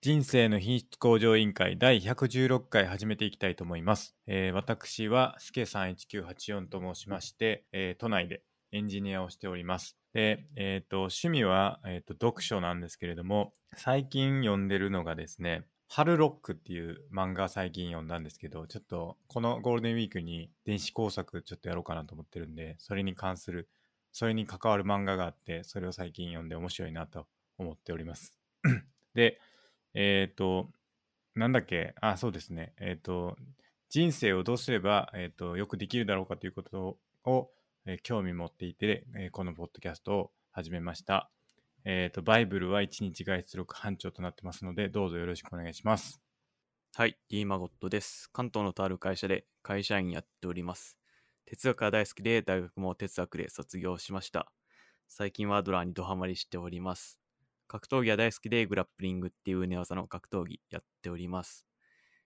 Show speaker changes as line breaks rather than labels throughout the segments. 人生の品質向上委員会第116回始めていきたいと思います。えー私はすけさん1984と申しまして、えー都内でエンジニアをしております。で、えーと趣味は、えーと読書なんですけれども、最近読んでるのがですね、ハルロックっていう漫画最近読んだんですけど、ちょっとこのゴールデンウィークに電子工作ちょっとやろうかなと思ってるんで、それに関する、それに関わる漫画があって、それを最近読んで面白いなと思っております。で、えっ、と、なんだっけ、あ、そうですね。えっ、と、人生をどうすれば、えー、とよくできるだろうかということを、えー興味持っていて、えーこのポッドキャストを始めました。えっ、と、バイブルは1日外出力班長となってますので、どうぞよろしくお願いします。
はい、D マゴットです。関東のとある会社で会社員やっております。哲学が大好きで、大学も哲学で卒業しました。最近はアドラーにドハマりしております。格闘技は大好きで、グラップリングっていう寝技の格闘技やっております。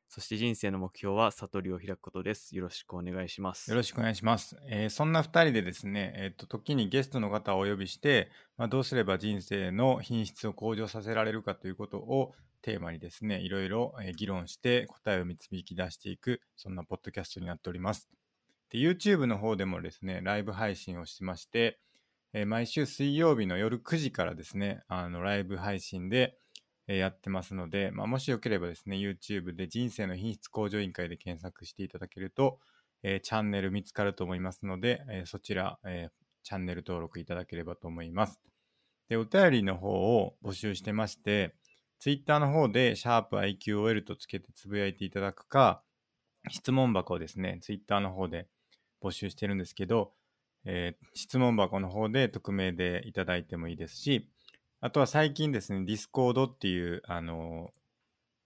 そして人生の目標は悟りを開くことです。よろしくお願いします。
よろしくお願いします。えーそんな2人でですね、えーと、時にゲストの方をお呼びして、まあ、どうすれば人生の品質を向上させられるかということをテーマにですね、いろいろえー議論して答えを導き出していく、そんなポッドキャストになっております。で、YouTube の方でもですね、ライブ配信をしてまして、えー毎週水曜日の夜9時からですね、あのライブ配信で、えーやってますので、まあ、もしよければですね、YouTube で人生の品質向上委員会で検索していただけると、えーチャンネル見つかると思いますので、えーそちら、えーチャンネル登録いただければと思います。で、お便りの方を募集してまして、Twitter の方で、シャープ i q o l とつけてつぶやいていただくか、質問箱をですね、Twitter の方で募集してるんですけど、えー質問箱の方で匿名でいただいてもいいですし、あとは最近ですね、Discord っていう、あのー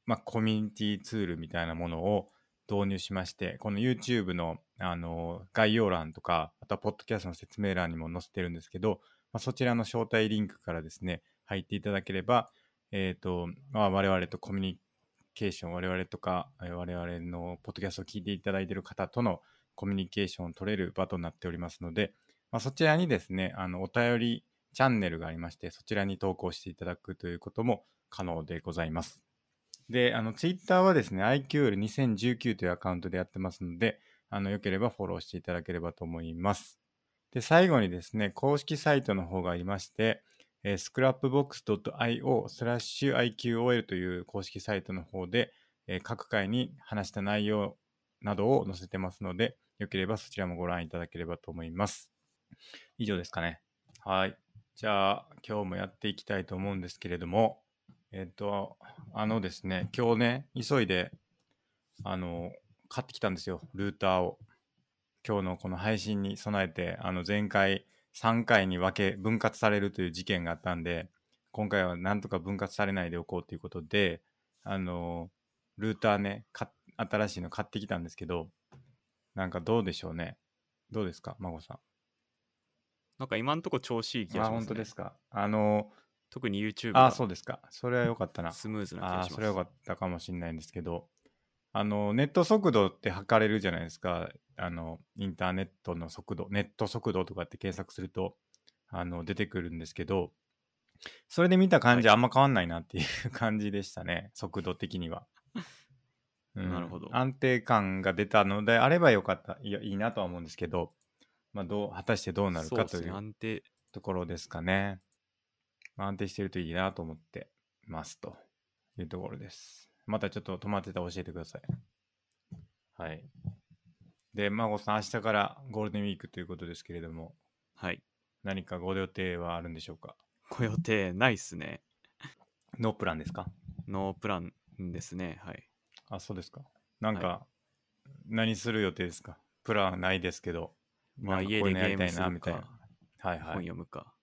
まあ、コミュニティツールみたいなものを導入しまして、この YouTube の、あの概要欄とか、あとはポッドキャストの説明欄にも載せてるんですけど、まあ、そちらの招待リンクからですね、入っていただければ、えっ、と、まあ、我々とコミュニケーション、我々とか、えー我々のポッドキャストを聞いていただいている方とのコミュニケーションを取れる場となっておりますので、まあ、そちらにですね、あの、お便りチャンネルがありまして、そちらに投稿していただくということも可能でございます。で、あの、ツイッターはですね、IQL2019 というアカウントでやってますので、あの、よければフォローしていただければと思います。で、最後にですね、公式サイトの方がありまして、えー scrapbox.io スラッシュ IQOL という公式サイトの方で、えー各回に話した内容などを載せてますので、よければそちらもご覧いただければと思います。以上ですかね。はい。じゃあ、今日もやっていきたいと思うんですけれども、えっと、あのですね、今日ね、急いで、あの、買ってきたんですよ、ルーターを。今日のこの配信に備えて、あの、前回3回に分け、分割されるという事件があったんで、今回はなんとか分割されないでおこうということで、あの、ルーターね、か新しいの買ってきたんですけど、なんかどうでしょうね。どうですか、孫さん。
なんか今んとこ調子いい気が
あ、
しま
本
す、
当
ね
で。すか。あの、
特に YouTube
あ
が
あ、そうですか。それは良かったな。
スムーズな気
あ
が
あ
し
ー、
ます。
それは良かったかもしれないんですけど、あの、ネット速度って測れるじゃないですか。あの、インターネットの速度、ネット速度とかって検索すると、あの、出てくるんですけど、それで見た感じ、
は
あんま変わんないなっていう感じでしたね。速度的に は。うん
なるほど
安定感が出たのであればよかった。いや、いいなとは思うんですけど、まあ、どう、果たしてどうなる
そう
か
で
と
す
い
ね。
う
安定。
ところですかね。まあ安定してるといいなと思ってますというところです。またちょっと止まってたら教えてください。はい。で、孫さん、明日からゴールデンウィークということですけれども、
はい。
何かご予定はあるんでしょうか
ご予定ないっすね。
ノープランですか
ノープランですね。はい。
あ、そうですか。なんか、何する予定ですかプランはないですけど、
まあ
なんか
家
こうい
で
う
ゲ
のやりたい
ームす
な
る
みたいな
か、
はい
本
はい。
読むか、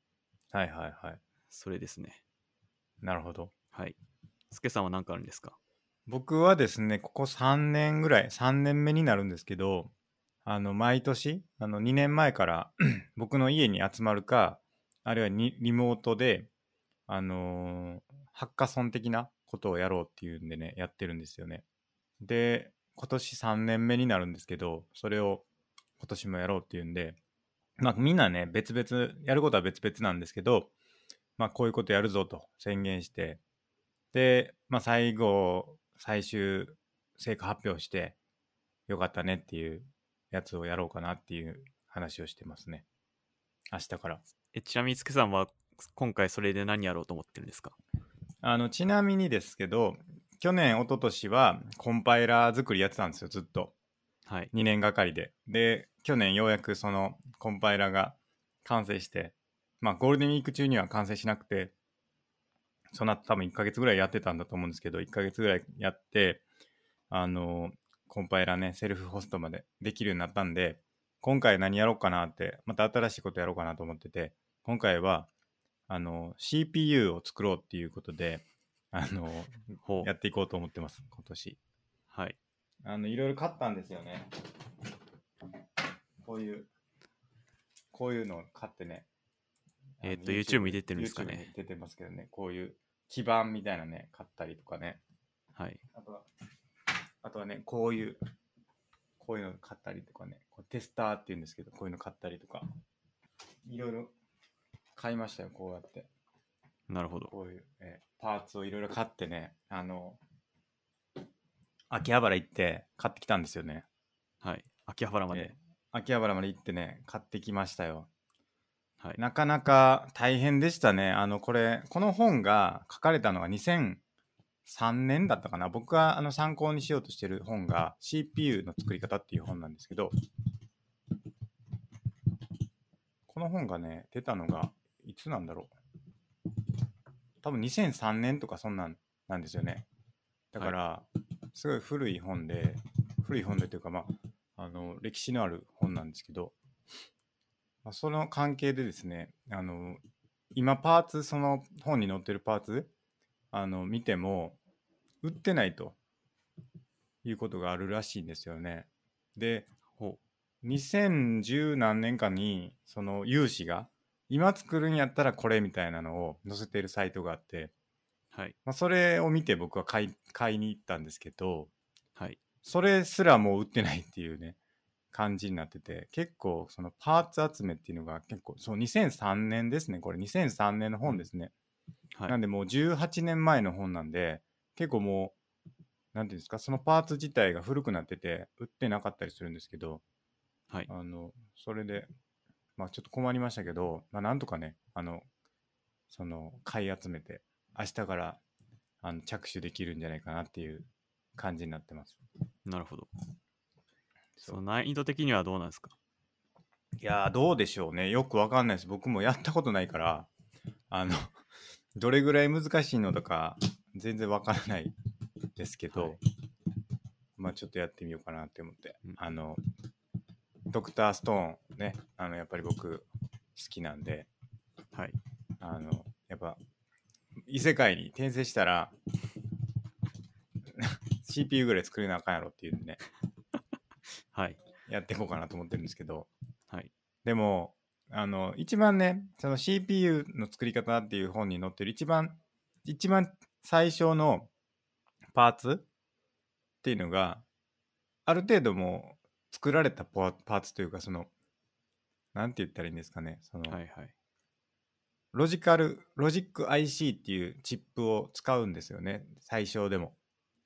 はいはいはい。
それですね。
なるほど。
はい。すけさんは何かあるんですか
僕はですね、ここ3年ぐらい、3年目になるんですけど、あの、毎年、あの、2年前から 僕の家に集まるか、あるいはにリモートで、あのーハッカソン的なことをやろうっていうんでね、やってるんですよね。で、今年3年目になるんですけど、それを今年もやろうっていうんで、まあみんなね、別々、やることは別々なんですけど、まあこういうことやるぞと宣言して、で、まあ、最後、最終成果発表して、よかったねっていうやつをやろうかなっていう話をしてますね。明日から。
えちなみにつけさんは今回それで何やろうと思ってるんですか
あの、ちなみにですけど、去年、一昨年はコンパイラー作りやってたんですよ、ずっと。
はい。
2年がかりで。で、去年ようやくそのコンパイラが完成して、まあゴールデンウィーク中には完成しなくて、その後多分1ヶ月ぐらいやってたんだと思うんですけど、1ヶ月ぐらいやって、あの、コンパイラね、セルフホストまでできるようになったんで、今回何やろうかなって、また新しいことやろうかなと思ってて、今回は、あの、CPU を作ろうっていうことで、あの、
ほう
や。っていこうと思ってます、今年。
はい。
あの、いろいろ買ったんですよね。こういう、こういうのを買ってね。
えーっと
あの
YouTube に出てるんですかね
YouTube に出てますけどね。こういう基板みたいなね、買ったりとかね。
はい。
あとは、あとはね、こういう、こういうの買ったりとかね。こうテスターって言うんですけど、こういうの買ったりとか。いろいろ買いましたよ、こうやって。
なるほど。
こういう、えーパーツをいろいろ買ってね、あの、秋葉原行って買ってきたんですよね。
はい。秋葉原まで。
ええ秋葉原まで行ってね買ってきましたよ
はい。
なかなか大変でしたねあのこれこの本が書かれたのが2003年だったかな僕があの参考にしようとしてる本が CPU の作り方っていう本なんですけどこの本がね出たのがいつなんだろう多分2003年とかそんなんなんですよねだから、すごい古い本で古い本でというかまああの歴史のある本なんですけど、まあ、その関係でですねあの今パーツその本に載ってるパーツあの見ても売ってないということがあるらしいんですよね。で
ほ
2010何年かにその有志が今作るんやったらこれみたいなのを載せてるサイトがあって、
う。はい。
まあ、それを見て僕は買い買いに行ったんですけど、
はい。
それすらもう売ってないっていうね 感じになってて結構そのパーツ集めっていうのが結構そう2003年ですねこれ2003年の本ですね、
は
ないん。でもう18年前の本なんで結構もうなんていうんですかそのパーツ自体が古くなってて売ってなかったりするんですけど
はい。
あのそれでまあちょっと困りましたけど、まあ、なんとかねあのその買い集めて明日からあの着手できるんじゃないかなっていう感じになってます
なるほど。
そう
その難易度的にはどうなんですか
いやーどうでしょうねよくわかんないです僕もやったことないからあの どれぐらい難しいのとか全然わからないですけど、
はい
まあちょっとやってみようかなって思って、
うん
あのドクターストーンねあのやっぱり僕好きなんで
はい。
あのやっぱ異世界に転生したら CPU ぐらい作れなあかんやろっていうんでね
はい。
やっていこうかなと思ってるんですけど
はい。
でも、あの、一番ね、その CPU の作り方っていう本に載ってる一番、一番最小のパーツっていうのが、ある程度もう作られたパパーツというか、その、なんて言ったらいいんですかね、その、
はい。はい。
ロジカル、ロジック IC っていうチップを使うんですよね、最小でも。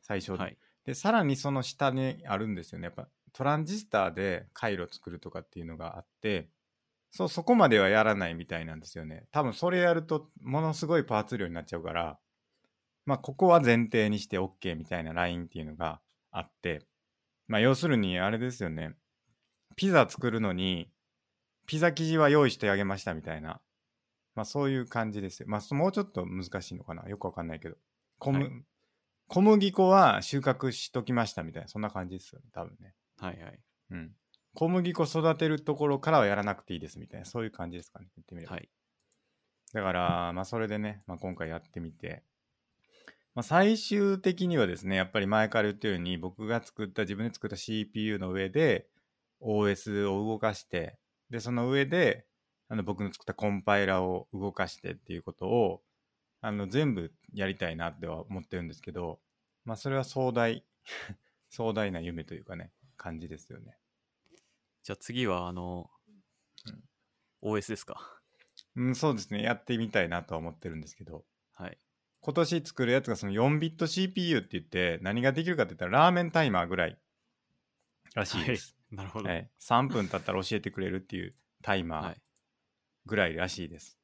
最小でも
はい。
でさらにその下にあるんですよねやっぱトランジスターで回路作るとかっていうのがあってそうそこまではやらないみたいなんですよね多分それやるとものすごいパーツ量になっちゃうからまあここは前提にして OK みたいなラインっていうのがあってまあ要するにあれですよねピザ作るのにピザ生地は用意してあげましたみたいなまあそういう感じですよまあそもうちょっと難しいのかなよくわかんないけど小,、
は
小麦粉は収穫しときましたみたいなそんな感じですよね多分ね
はい。はい。
うん小麦粉育てるところからはやらなくていいですみたいなそういう感じですかね言ってみれば、
はい。
だからまあそれでね、まあ、今回やってみて、まあ、最終的にはですねやっぱり前から言ったように僕が作った自分で作った CPU の上で OS を動かしてでその上であの僕の作ったコンパイラを動かしてっていうことをあの全部やりたいなっては思ってるんですけど、まあ、それは壮大 壮大な夢というかね感じですよね。
じゃあ次は、あの、OS ですか。
うん、そうですねやってみたいなとは思ってるんですけど
はい。
今年作るやつがその4ビット CPU って言って何ができるかって言ったらラーメンタイマーぐらいらしいです、
なるほど。
はい3分経ったら教えてくれるっていうタイマ
は
ー
い
ぐらいらしいです、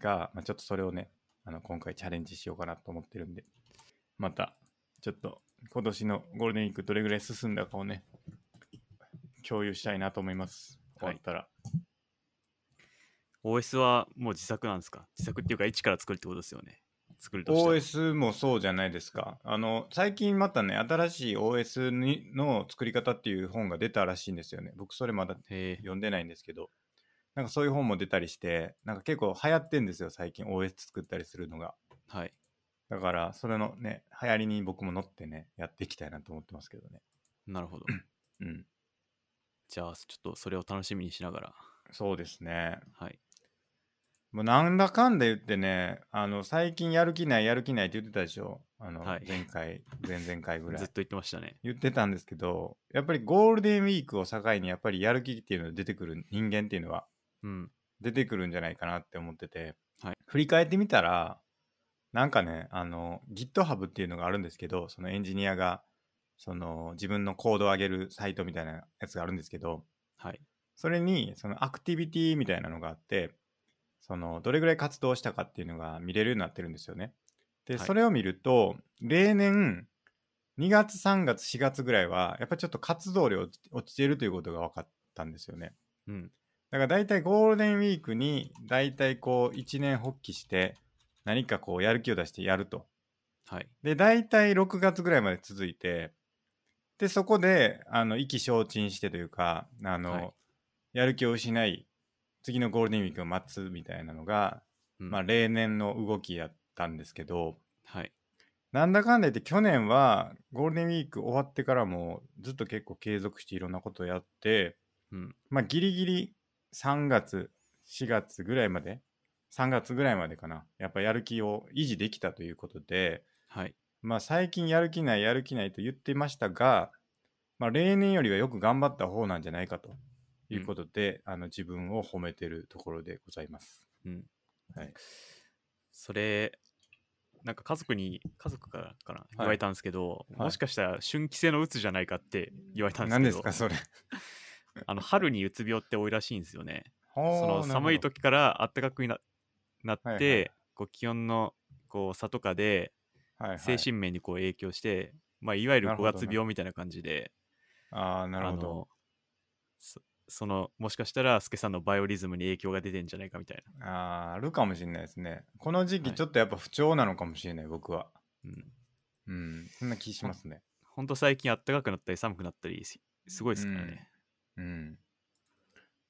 が、まあ、ちょっとそれをねあの今回チャレンジしようかなと思ってるんでまたちょっと今年のゴールデンウィークどれぐらい進んだかをね共有したいなと思います終
はい
わったら、
OS はもう自作なんですか自作っていうか、一から作るってことですよね。作るとしたら。
OS もそうじゃないですかあの最近またね新しい OS にの作り方っていう本が出たらしいんですよね僕それまだ
へえ。
読んでないんですけどなんかそういう本も出たりしてなんか結構流行ってんですよ最近 OS 作ったりするのが
はい。
だからそれのね流行りに僕も乗ってねやっていきたいなと思ってますけどね
なる ほど。
うん
じゃあ、ちょっとそれを楽しみにしながら。
そうですね
はい。
もうなんだかんだ言ってねあの最近やる気ないやる気ないって言ってたでしょあの、
はい
前回前々回ぐら
ずっ
い
と言ってましたね。
言ってたんですけどやっぱりゴールデンウィークを境にやっぱりやる気っていうのが出てくる人間っていうのは
うん。
出てくるんじゃないかなって思ってて、
はい
振り返ってみたらなんかねあの GitHub っていうのがあるんですけどそのエンジニアがその自分のコードを上げるサイトみたいなやつがあるんですけど
はい。
それにそのアクティビティみたいなのがあってそのどれぐらい活動したかっていうのが見れるようになってるんですよね。で、
はい
それを見ると例年2月3月4月ぐらいはやっぱりちょっと活動量落ちてるということが分かったんですよね。
うん。
だから大体ゴールデンウィークに大体こう一年発起して何かこうやる気を出してやると。
はい。
で大体6月ぐらいまで続いてでそこであの意気消沈してというかあの、
はい
やる気を失い次のゴールデンウィークを待つみたいなのが、
うん
まあ、例年の動きやったんですけど
はい。
なんだかんだ言って去年はゴールデンウィーク終わってからもずっと結構継続していろんなことをやって、
うん。
まあ、ギリギリ3月、4月ぐらいまで、3月ぐらいまでかな、やっぱやる気を維持できたということで、
はい。
まあ、最近やる気ない、やる気ないと言ってましたが、まあ、例年よりはよく頑張った方なんじゃないかということで、あの自分を褒めてるところでございます。
うん。
はい、
それ、なんか家族に、家族からかな、言われたんですけど、
い
もしかしたら春季性のうつじゃないかって言われたんですけど、
何ですか、それ。
あの春にうつ病って多いらしいんですよね。
そ
その寒い時から暖かくななって、
はいはい
こう気温のこう差とかで精神面にこう影響して、いまあ、いわゆる
なる
5
ほどね
月病みたいな感じで、
ああ、なるほ
あ
ど。
のそそのもしかしたら助さんのバイオリズムに影響が出てんじゃないかみたい
あーあるかもしれないですね。この時
は
期、
い
ちょっとやっぱ不調なのかもしれない、僕は。
な、うん、
うん、そんな気しますね。
ほんと最近暖かくなったり寒くなったりすすごいですからね、
うん、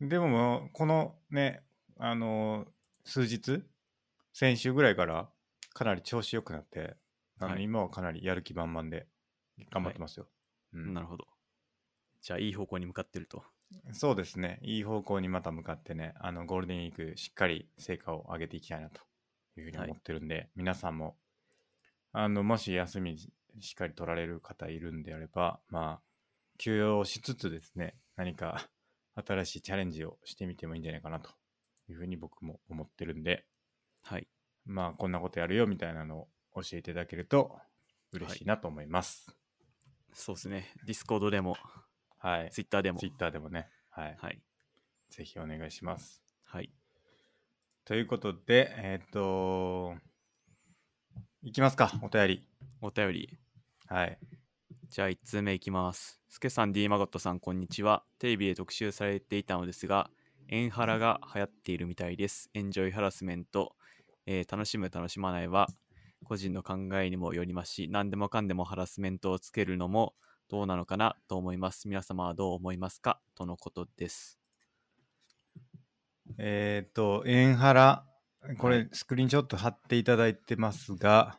でももうこのねあのー数日先週ぐらいからかなり調子良くなってあの、
はい
今はかなりやる気満々で頑張ってますよ、うん
なるほどじゃあいい方向に向かってると
そうですねいい方向にまた向かってねあのゴールデンウィークしっかり成果を上げていきたいなというふうに
はい
思ってるんで、皆さんもあのもし休みしっかり取られる方いるんであればまあ休養をしつつですね何か 新しいチャレンジをしてみてもいいんじゃないかなというふうに僕も思ってるんで
はい
まあこんなことやるよみたいなのを教えていただけると嬉しいなと思います
そうですねディスコードでも
はい、
ツイッターでも
ツイッターでもねはい、
はい
ぜひお願いします
はい
ということで、えっ、といきますか、お便り。
お便り
はい。
じゃあ1通目いきます。すけさん、D マゴットさん、こんにちは。テレビで特集されていたのですが、エンハラが流行っているみたいです。エンジョイハラスメント、えー楽しむ、楽しまないは、個人の考えにもよりますし、何でもかんでもハラスメントをつけるのもどうなのかなと思います。皆様はどう思いますかとのことです。
えっ、と、エンハラ、こ
は
れ、スクリーンショット貼っていただいてますが、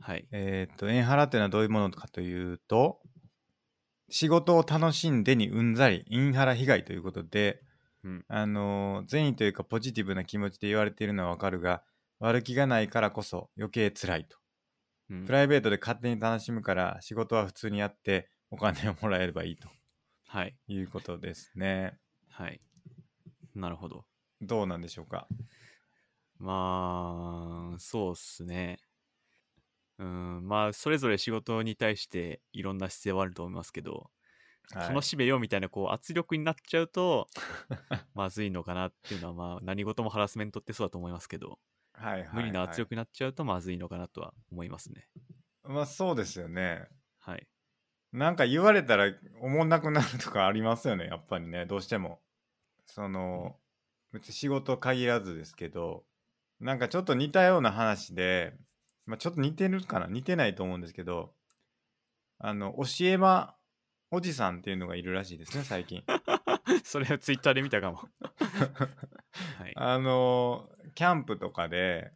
はい。
えっ、と、エンハラというのはどういうものかというと、仕事を楽しんでにうんざり、インハラ被害ということで、
うん
あのー善意というかポジティブな気持ちで言われているのはわかるが、悪気がないからこそ余計辛いと。
うん
プライベートで勝手に楽しむから、仕事は普通にやって、お金をもらえればいいと。
はい。
いうことですね。
はい。なるほど。
どうなんでしょうか。
まあ、そうっすね。うん、まあ、それぞれ仕事に対していろんな姿勢はあると思いますけど、
は
楽
い。
しめよみたいなこう圧力になっちゃ うと、まずいのかなっていうのは、まあ、何事もハラスメントってそうだと思いますけど、
はい
無
は
理
い
な
は
圧
い。
力になっちゃうとまずいのかなとは思いますね。
まあそうですよね。
はい。
なんか言われたら思んなくなるとかありますよね、やっぱりね、どうしても。そ
うん、
の、別に仕事限らずですけど、なんかちょっと似たような話で、まあちょっと似てるかな似てないと思うんですけど、あの、教えまおじさんっていうのがいるらしいですね、最近。
それをツイッターで見た かも。はい。
あの、キャンプとかで、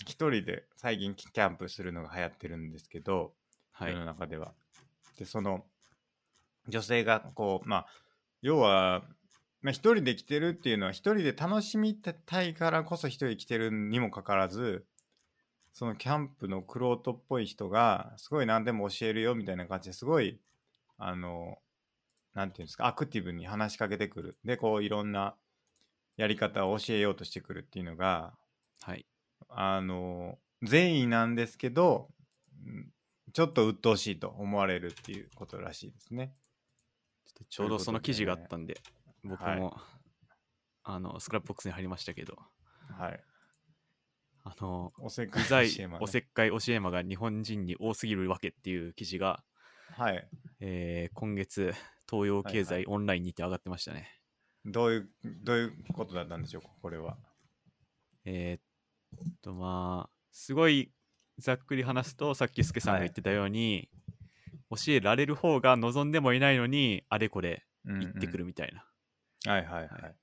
一人で最近キャンプするのが流行ってるんですけど、
は
世
い。
の中では。で、その、女性がこうまあ要は、まあ、一人で来てるっていうのは一人で楽しみたいからこそ一人で来てるにもかかわらずそのキャンプの玄人っぽい人がすごい何でも教えるよみたいな感じですごいあのなんていうんですかアクティブに話しかけてくるでこういろんなやり方を教えようとしてくるっていうのが
はい。
あの善意なんですけどうんちょっと鬱陶しいと思われるっていうことらしいですね。
ちょっとち
と
ょ
いうう
ど
こ
そ
と
の記
で
事があっ
ね。
たんで、僕
はい。
も、あの、スクラップボックスに入りましたけど、
はい。
あの、
おせっか
う
い
ざ
の
い
シェマ
おせ
ね。
っかい教え魔が日本人に多すぎるわけっていう記事が、
はい。
えー今月、東洋
はい
経
はい。
済オンラインにて上がってましたね。
どういう、どういうことだったんでしょうか、これは。
えーっと、まあ、すごいざっくり話すと、さっきスケさんが
は
言っ
い。
てたように、教えられる方が望んでもいないのに、あれこれ
うんう
言ってくる
ん。
みたいな。
はいはい
は
はいい。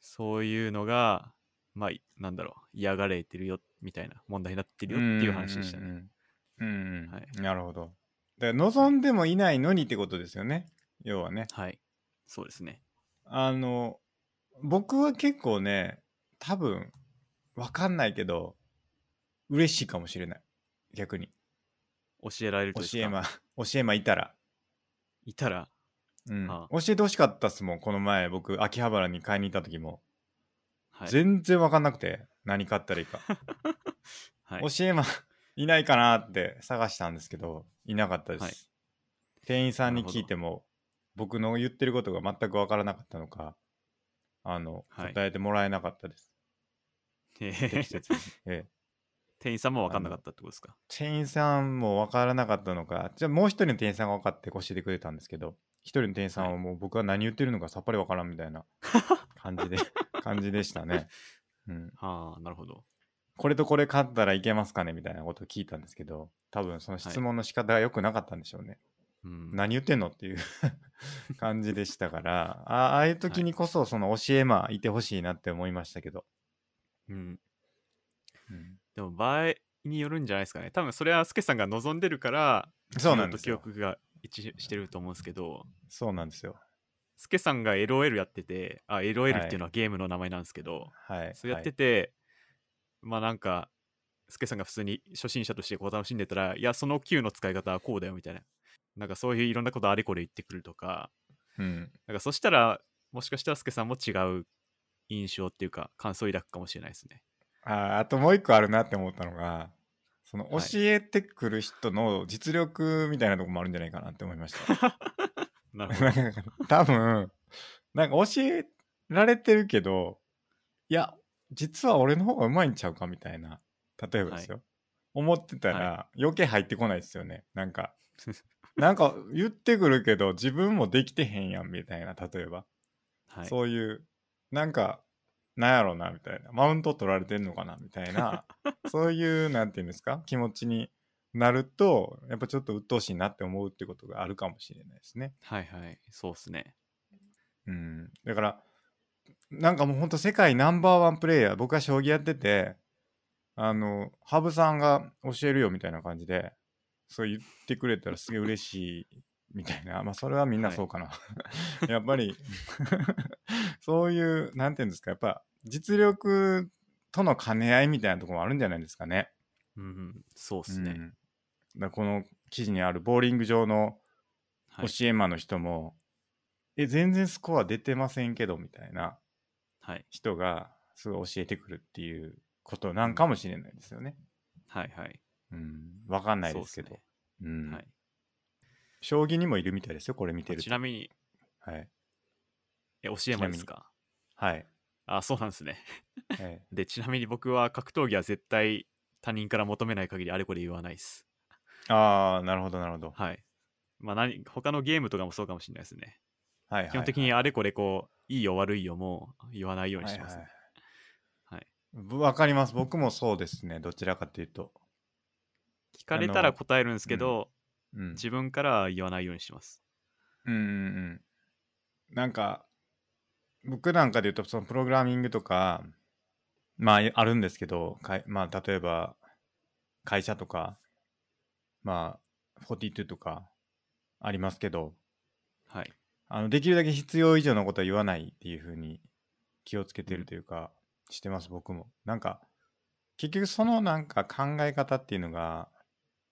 そういうのが、まあ、いなんだろう、嫌がられてるよ、みたいな問題になってる
う
よ
ん
っていう話でしたね。
うんうん。うん
はい。
うん。なるほど。だから
はい。
望んでもいないのにってことですよね。要はね。
はい。そうですね。
あの、僕は結構ね、多分、わかんないけど、嬉しいかもしれない。逆に。
教えられる
教
とです
え
か
ま、 教えまいたら。
いたら、
うん。
あ
教えてほしかったっすもん。この前、僕、秋葉原に買いに行った時も。
はい。
全然わかんなくて、何買ったらいい か。
はい。
教えま、 いないかなって探したんですけど、いなかったで
はい。
す。店員さ
なんる
に
ほ
聞い
ど。
ても、僕の言ってることが全くわからなかったのか、あの、
はい。
答えてもらえなかったです。
え
適
へへ
切に。ええ。
店員さんも
あ
分かんなかっ
の、
たってことですか
店員さんもわからなかったのか、じゃあもう一人の店員さんが分かって教えてくれたんですけど、一人の店員さ
は
ん
い。
はもう僕は何言ってるのかさっぱりわからんみたい な感じで、感じでしたね。うん。
は あ、なるほど。
これとこれ買ったらいけますかねみたいなことを聞いたんですけど、多分その
は
質
い。
問の仕方が良くなかったんでしょうね。
うん。
何言ってんのっていう 感じでしたから、あああいう
は
時
い。
にこそその教えまいてほしいなって思いましたけど。
うん。
うん、
でも、場合によるんじゃないですかね。多分、それはスケさんが望んでるから、
そう
需
な
要
んで
と
す
記
よ。
憶が一致してると思うんですけど、
そうなんですよ。
スケさんが LOL やってて、あ、LOL っ
は
ていう
い。
のはゲームの名前なんですけど、
はい
そうやっ
は
て
い。
て、まあなんか、スケさんが普通に初心者としてこう楽しんでたら、いや、その Q の使い方はこうだよみたいな。なんかそういういろんなことあれこれ言ってくるとか、
うん。
なんかそしたら、もしかしたらスケさんも違う印象っていうか、感想を抱くかもしれないですね。
ああともう一個あるなって思ったのが、その教
はい。
えてくる人の実力みたいなとこもあるんじゃないかなって思いました。
なるほ
な
ど。
んか多分、なんか教えられてるけど、いや、実は俺の方がうまいんちゃうかみたいな、例えばで
は
す
い。
よ。思ってた
はい。
ら余計入ってこないですよね。なん か、なんか言ってくるけど自分もできてへんやんみたいな、例えば。
はい。
そういう、なんか、なんやろな、みたいな。マウント取られてんのかな、みたい な。そういう、なんていうんですか、気持ちになると、やっぱちょっと鬱陶しいなって思うってことがあるかもしれないですね。
はいはい。そうっすね。
うん。だから、なんかもうほんと世界ナンバーワンプレイヤー、僕は将棋やってて、あの、羽生さんが教えるよみたいな感じで、そう言ってくれたらすげえ嬉しいみたいな。まあそれはみんな
は
そう
い。
かな。 やっぱり そういう、なんていうんですか、やっぱ実力との兼ね合いみたいなところもあるんじゃないですかね。
うん、そうっ
う
すね。
ん。だからこの記事にあるボーリング場の
はい。
教え魔の人も、え、全然スコア出てませんけど、みたいな。
はい。
人がすごい教えてくるっていうこと
う
なん
ん。
かもしれないですよね。
はいはい。
うん、わかんない
そう
で
っ
すけど。
ね
うん
はい、
将棋にもいるみたいですよ、これ見てる
ち
と。
なみに、
はい。
え、教え
ちな
ま
みに
ですか
はい。
あ、そうなんですね。
え
で、ちなみに僕は格闘技は絶対他人から求めない限りあれこれ言わないです。
えああ、なるほど、なるほど。
はい。まあ何、他のゲームとかもそうかもしれないですね。
はい。
基本的にあれこれこう、いいよ悪いよもう言わないよう
はい
に
は
し
い
てますね。はい。
ぶわかります。僕もそうですね。どちらかというと。
聞かれた
あ
ら
の
答えるんですけど、
うん。
自分からは言わないようにします。
うんうんうん。なんか、僕なんかで言うと、そのプログラミングとか、まあ、あるんですけど、かいまあ、例えば、会社とか、まあ、42とか、ありますけど、
はい。
あの、できるだけ必要以上のことは言わないっていうふうに気をつけてるというか、してます、僕も。なんか、結局そのなんか考え方っていうのが、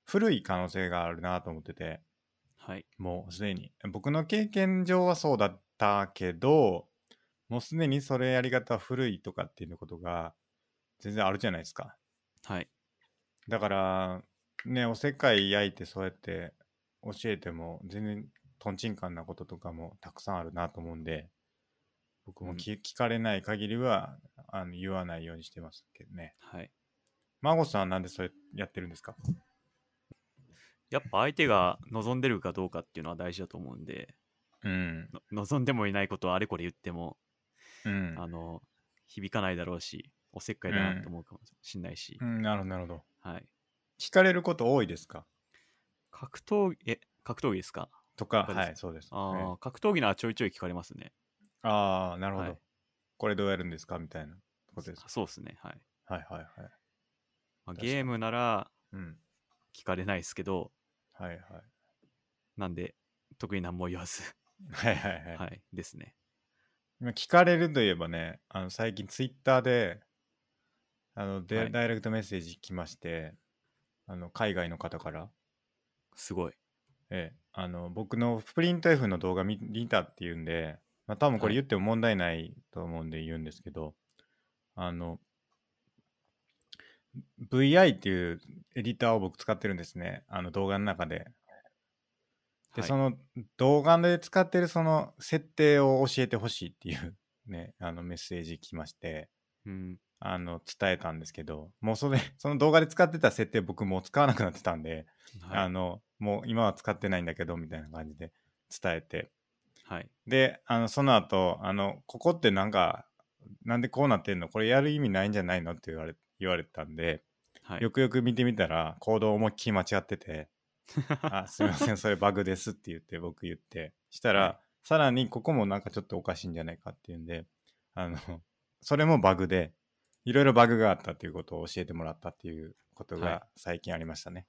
古い可能性があるなと思ってて、
はい。
もうすでに僕の経験上はそうだったけどもうすでにそれやり方は古いとかっていうことが全然あるじゃないですか
はい。
だからねおせっかい焼いてそうやって教えても全然とんちんかんなこととかもたくさんあるなと思うんで僕もき、聞かれない限りはあの言わないようにしてますけどね
はい。
孫さんはなんでそれやってるんですか
やっぱ相手が望んでるかどうかっていうのは大事だと思うんで、
うん
の望んでもいないことをあれこれ言っても、
うん
あの、響かないだろうし、おせっかいだなと思うかもしんないし、
うんなるほどなるほど
はい。
聞かれること多いですか
格闘技、え、格闘技ですか
とか
そうです
はいそうです
あ
ね
ー、格闘技ならちょいちょい聞かれますね。
ああ、なるほど、
はい
これどうやるんですかみたいなことですか。
そうですね。はい。
はいはいはい。
まあ、
確かに
ゲームなら
うん。
聞かれないですけど、
はいはい。
なんで、特に何も言わず、
はいはいはい。
はい、ですね。
今聞かれるといえばね、あの最近ツイッターで、あので、
はい
ダイレクトメッセージ来まして、あの海外の方から、
すごい。
ええ、あの僕のプリント F の動画見見たっていうんで、まあ、多分こ
は
れ
い
言っても問題ないと思うんで言うんですけど、あの VI っていうエディターを僕使ってるんですねあの動画の中でで、
はい
その動画で使ってるその設定を教えてほしいっていうねあのメッセージ来まして
うん、
あの伝えたんですけどもうそれその動画で使ってた設定僕もう使わなくなってたんで、あ
はい。
のもう今は使ってないんだけどみたいな感じで伝えて
はい。
であのその後あのここってなんかなんでこうなってんのこれやる意味ないんじゃないのって言われ言われたんで、
はい。
よくよく見てみたら行動思いっきり間違っててあすいませんそれバグですって言って僕言ってしたら、
は
さらにここもなんかちょっとおかしいんじゃないかっていうんであのそれもバグでいろいろバグがあったっていうことを教えてもらったっていうこと
はい
が最近ありましたね、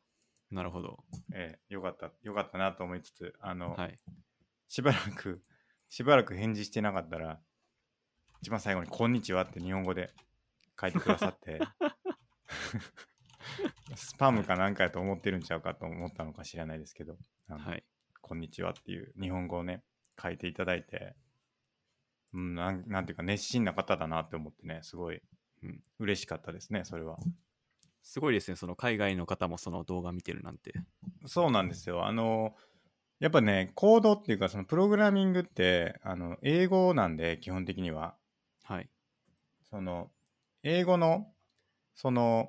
なるほど。
ええよかったよかったなと思いつつあの、
はい。
しばらくしばらく返事してなかったら一番最後に「こんにちは」って日本語で書いてくださって スパムかなんかやと思ってるんちゃうかと思ったのか知らないですけど「あの
はい。
こんにちは」っていう日本語をね書いていただいて、うん、なんなんていうか熱心な方だなって思ってねすごい、
うん
嬉しかったですねそれは。
すごいですね。その海外の方もその動画見てるなんて。
そうなんですよ。あの、やっぱね、コードっていうか、そのプログラミングって、あの、英語なんで、基本的には。
はい。
その、英語の、その、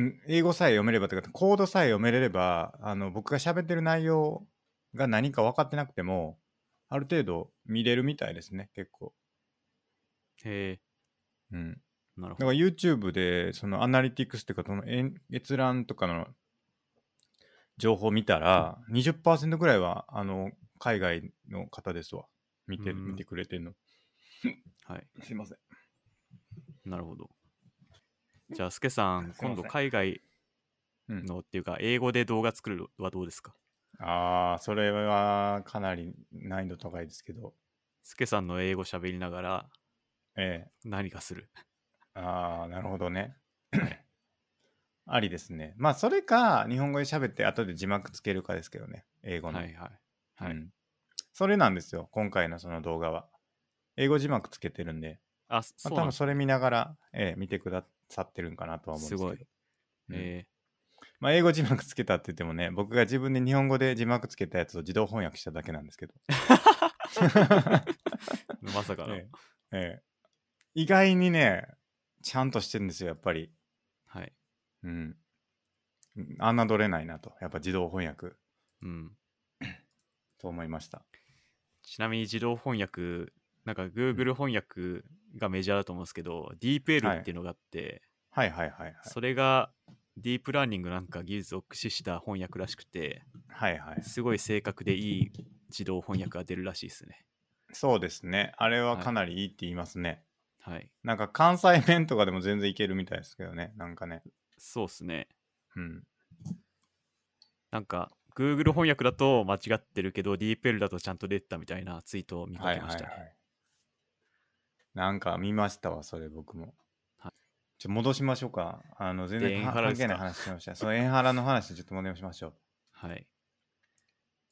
ん英語さえ読めればというか、コードさえ読めれれば、あの、僕が喋ってる内容が何か分かってなくても、ある程度見れるみたいですね、結構。
へ
うん。
え、なるほ
だから
ど。
YouTube でそのアナリティクスっていうかそのえん閲覧とかの情報見たら20%ぐらいはあの海外の方ですわ見て
うん
見てくれてんの
はい。
すいません
なるほど。じゃあ、スケさん、
すいません
今度海外
うん
のっていうか、英語で動画作るのはどうですか
ああそれはかなり難易度高いですけど
スケさんの英語喋りながら
ええ
何かする。
ああなるほどね ありですねまあそれか日本語で喋って後で字幕つけるかですけどね英語の、
はいはい。はい。
うんそれなんですよ今回のその動画は英語字幕つけてるんで
あ、そ
ま
う
あ、多
なん
分
です
それ見ながら、ええ見てくださってるんかなとは思うんですすけど。
ごい。
うん
え
まあ、英語字幕つけたって言ってもね、僕が自分で日本語で字幕つけたやつを自動翻訳しただけなんですけど。
まさかの。
ええええ意外にね、ちゃんとしてるんですよ、やっぱり。
はい。
うん。うん侮れないなと。やっぱ自動翻訳
うん。
と思いました。
ちなみに自動翻訳、なんか Google 翻訳がメジャーだと思うんですけど、DeepL っていうのがあって、
はいはいはいはい。
それがディープラーニングなんか技術を駆使した翻訳らしくて、
はいはい。
すごい正確でいい自動翻訳が出るらしいです ね。
そうですね。あれはかなりいいって言いますね。
はい。
なんか関西弁とかでも全然いけるみたいですけどね。なんかね。
そうですね。
うん。
なんか Google 翻訳だと間違ってるけど、DeepL だとちゃんと出てたみたいなツイートを見か
はい
け
は
ま
いは
したね。
い。なんか見ましたわ、それ僕も。
は
ちょ戻しましょうか。あの、全
で
然
エン
か
ハラ
関
です
係な
か
い話しました。そう、エンハラの話ちょっと戻しましょう。
はい。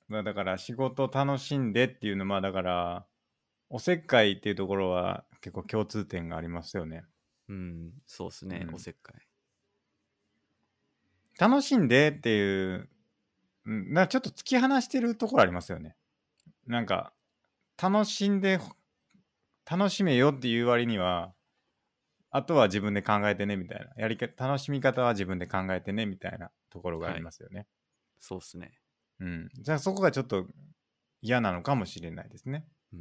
まあだから仕事楽しんでっていうのはだからおせっかいっていうところは結構共通点がありますよね。
うん、そうですね、
うん
おせっかい。
楽しんでっていう、うんなんかちょっと突き放してるところありますよね。なんか楽しんで楽しめよっていう割にはあとは自分で考えてねみたいなやりか楽しみ方は自分で考えてねみたいなところがありますよね。
そうですね。
うん、じゃあそこがちょっと嫌なのかもしれないですね。
うん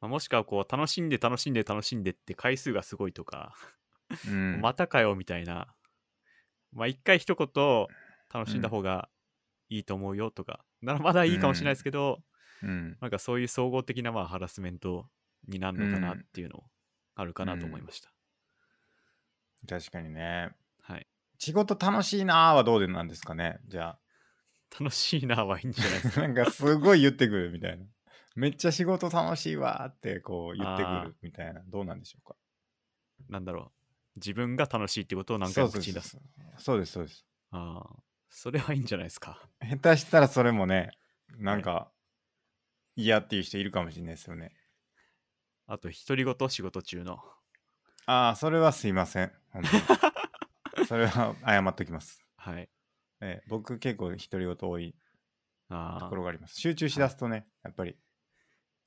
まあ、もしくはこう、楽しんで楽しんで楽しんでって回数がすごいとか、
うん、
またかよみたいな。まあ、一回一言楽しんだ方がいいと思うよとか、ならまだいいかもしれないですけど、
うん
なんかそういう総合的なまあハラスメントになるのかなっていうのもあるかなと思いました。
確かにね。
はい。
仕事楽しいなーはどうでなんですかねじゃ
楽しいなはいいんじゃないです
あ
か。
なんかすごい言ってくるみたいなめっちゃ仕事楽しいわーってこう言ってくるみたいなどうなんでしょうか
なんだろう。自分が楽しいってことを何回も口に出す。
そうそうですそうです
ああ。それはいいんじゃないですか。
下手したらそれもねなんか嫌っていう人いるかもしれないですよね
あと、独り言仕事中の。
ああそれはすいません本当 にそれは謝っときます、
はい。
ええ僕結構独り言多いと
あ
こ
あ。
ろがあります集中しだすとねやっぱり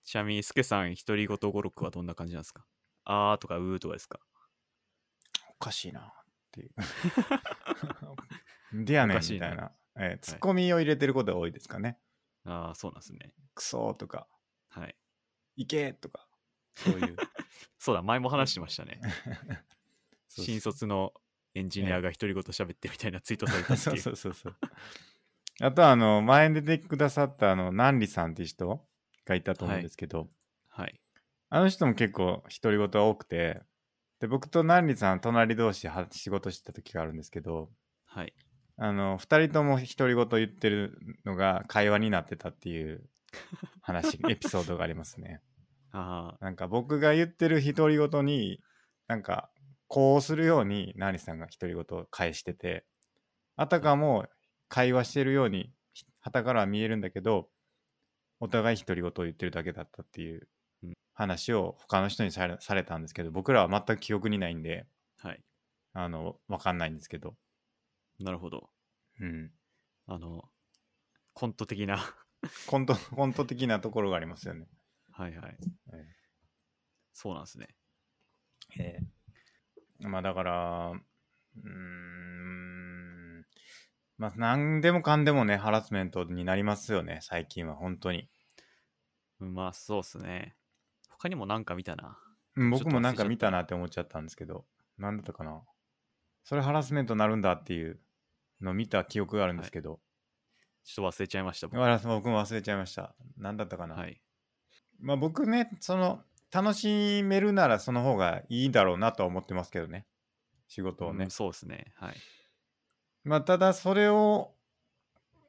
ちなみに、すけさん、独り言語録はどんな感じなんですかああとかうーとかですか
おかしいなっていう。 でやねん
お
み
かしい
た
ない
な。えーツッコミを入れてることが多いですかね。
ああ、そうなんですね。
クソとか、
はい。
いけとか。
そういう。 そうだ、前も話してま したね。
そう
新卒のエンジニアが独り言喋ってみたいなツイートされた って
そ
いうう。
そうそうそう。あとはあの、前に出てくださったあの、南里さんっていう人がいたと思うんですけど、
はい。
あの人も結構独り言が多くて、で、僕と南里さん隣同士では仕事してた時があるんですけど、
はい。
あの、二人とも独り言言ってるのが会話になってたっていう話、エピソードがありますね。
あ
なんか僕が言ってる独り言になんかこうするようにナーニさんが独り言を返しててあたかも会話してるように旗からは見えるんだけどお互い独り言を言ってるだけだったっていう
うん
話を他の人にされされたんですけど僕らは全く記憶にないんで
あ。はい。
あの分かんないんですけど、
なるほど。
うん、
あの、コント的な。
コントコント的なところがありますよね。
はいはい。
え
そうなんですね。
えまあだから、うーん、まあ何でもかんでもね、ハラスメントになりますよね、最近は本当に。
うんまあ、そうですね。他にもなんか見たな。
うん
ちょっと
僕もなんか
忘れちゃった
見たなって思っちゃったんですけど、なんだったかな。それハラスメントになるんだっていうのを見た記憶があるんですけど、
ちょっと忘れちゃいました。僕
わら僕も忘れちゃいました。何だったかな。
はい。
まあ僕ね、その、楽しめるならその方がいいだろうなとは思ってますけどね、仕事をね
うん。そうですね。はい。
まあ、ただそれを、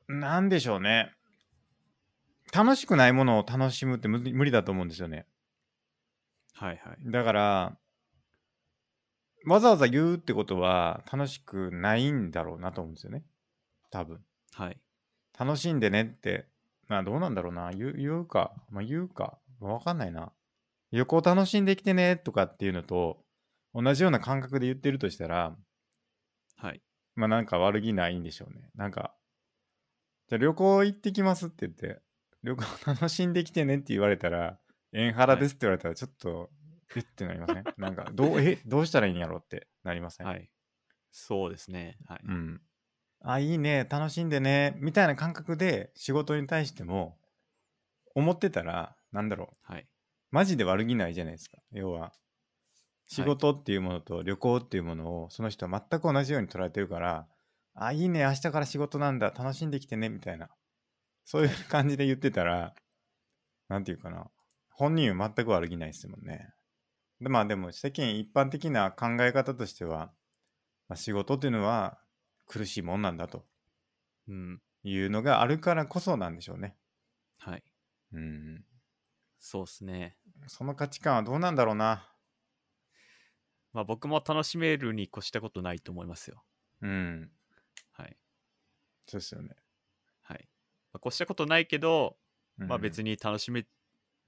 なんでしょうね。楽しくないものを楽しむって無理無理だと思うんですよね。
はいはい。
だから、わざわざ言うってことは楽しくないんだろうなと思うんですよね。多分。
はい。
楽しんでねって、まあどうなんだろうな。言う言うか、まあ言うか、まあわかんないな。旅行楽しんできてねとかっていうのと同じような感覚で言ってるとしたら、
はい。
まあなんか悪気ないんでしょうね。なんか、じゃあ旅行行ってきますって言って、旅行楽しんできてねって言われたら、円腹ですって言われたら、ちょっと、えってなり ませんなんか、どう、え、どうしたらいいんやろってなりません
はい。そうですね。はい。
うん。あ、いいね、楽しんでね、みたいな感覚で仕事に対しても、思ってたら、なんだろう、
はい。
マジで悪気ないじゃないですか。要は、仕事っていうものと旅行っていうものを、その人は全く同じように捉えてるから、あ、いいね、明日から仕事なんだ、楽しんできてね、みたいな。そういう感じで言ってたら、なんていうかな、本人は全く悪気ないですもんね。でまあでも、世間一般的な考え方としては、まあ、仕事っていうのは苦しいもんなんだと
うん。
いうのがあるからこそなんでしょうね。
はい。
うん。
そうですね。
その価値観はどうなんだろうな。
まあ僕も楽しめるに越したことないと思いますよ。
うん。
はい。
そうですよね。
はい。まあ、越したことないけど、まあ
に
別に楽しめ、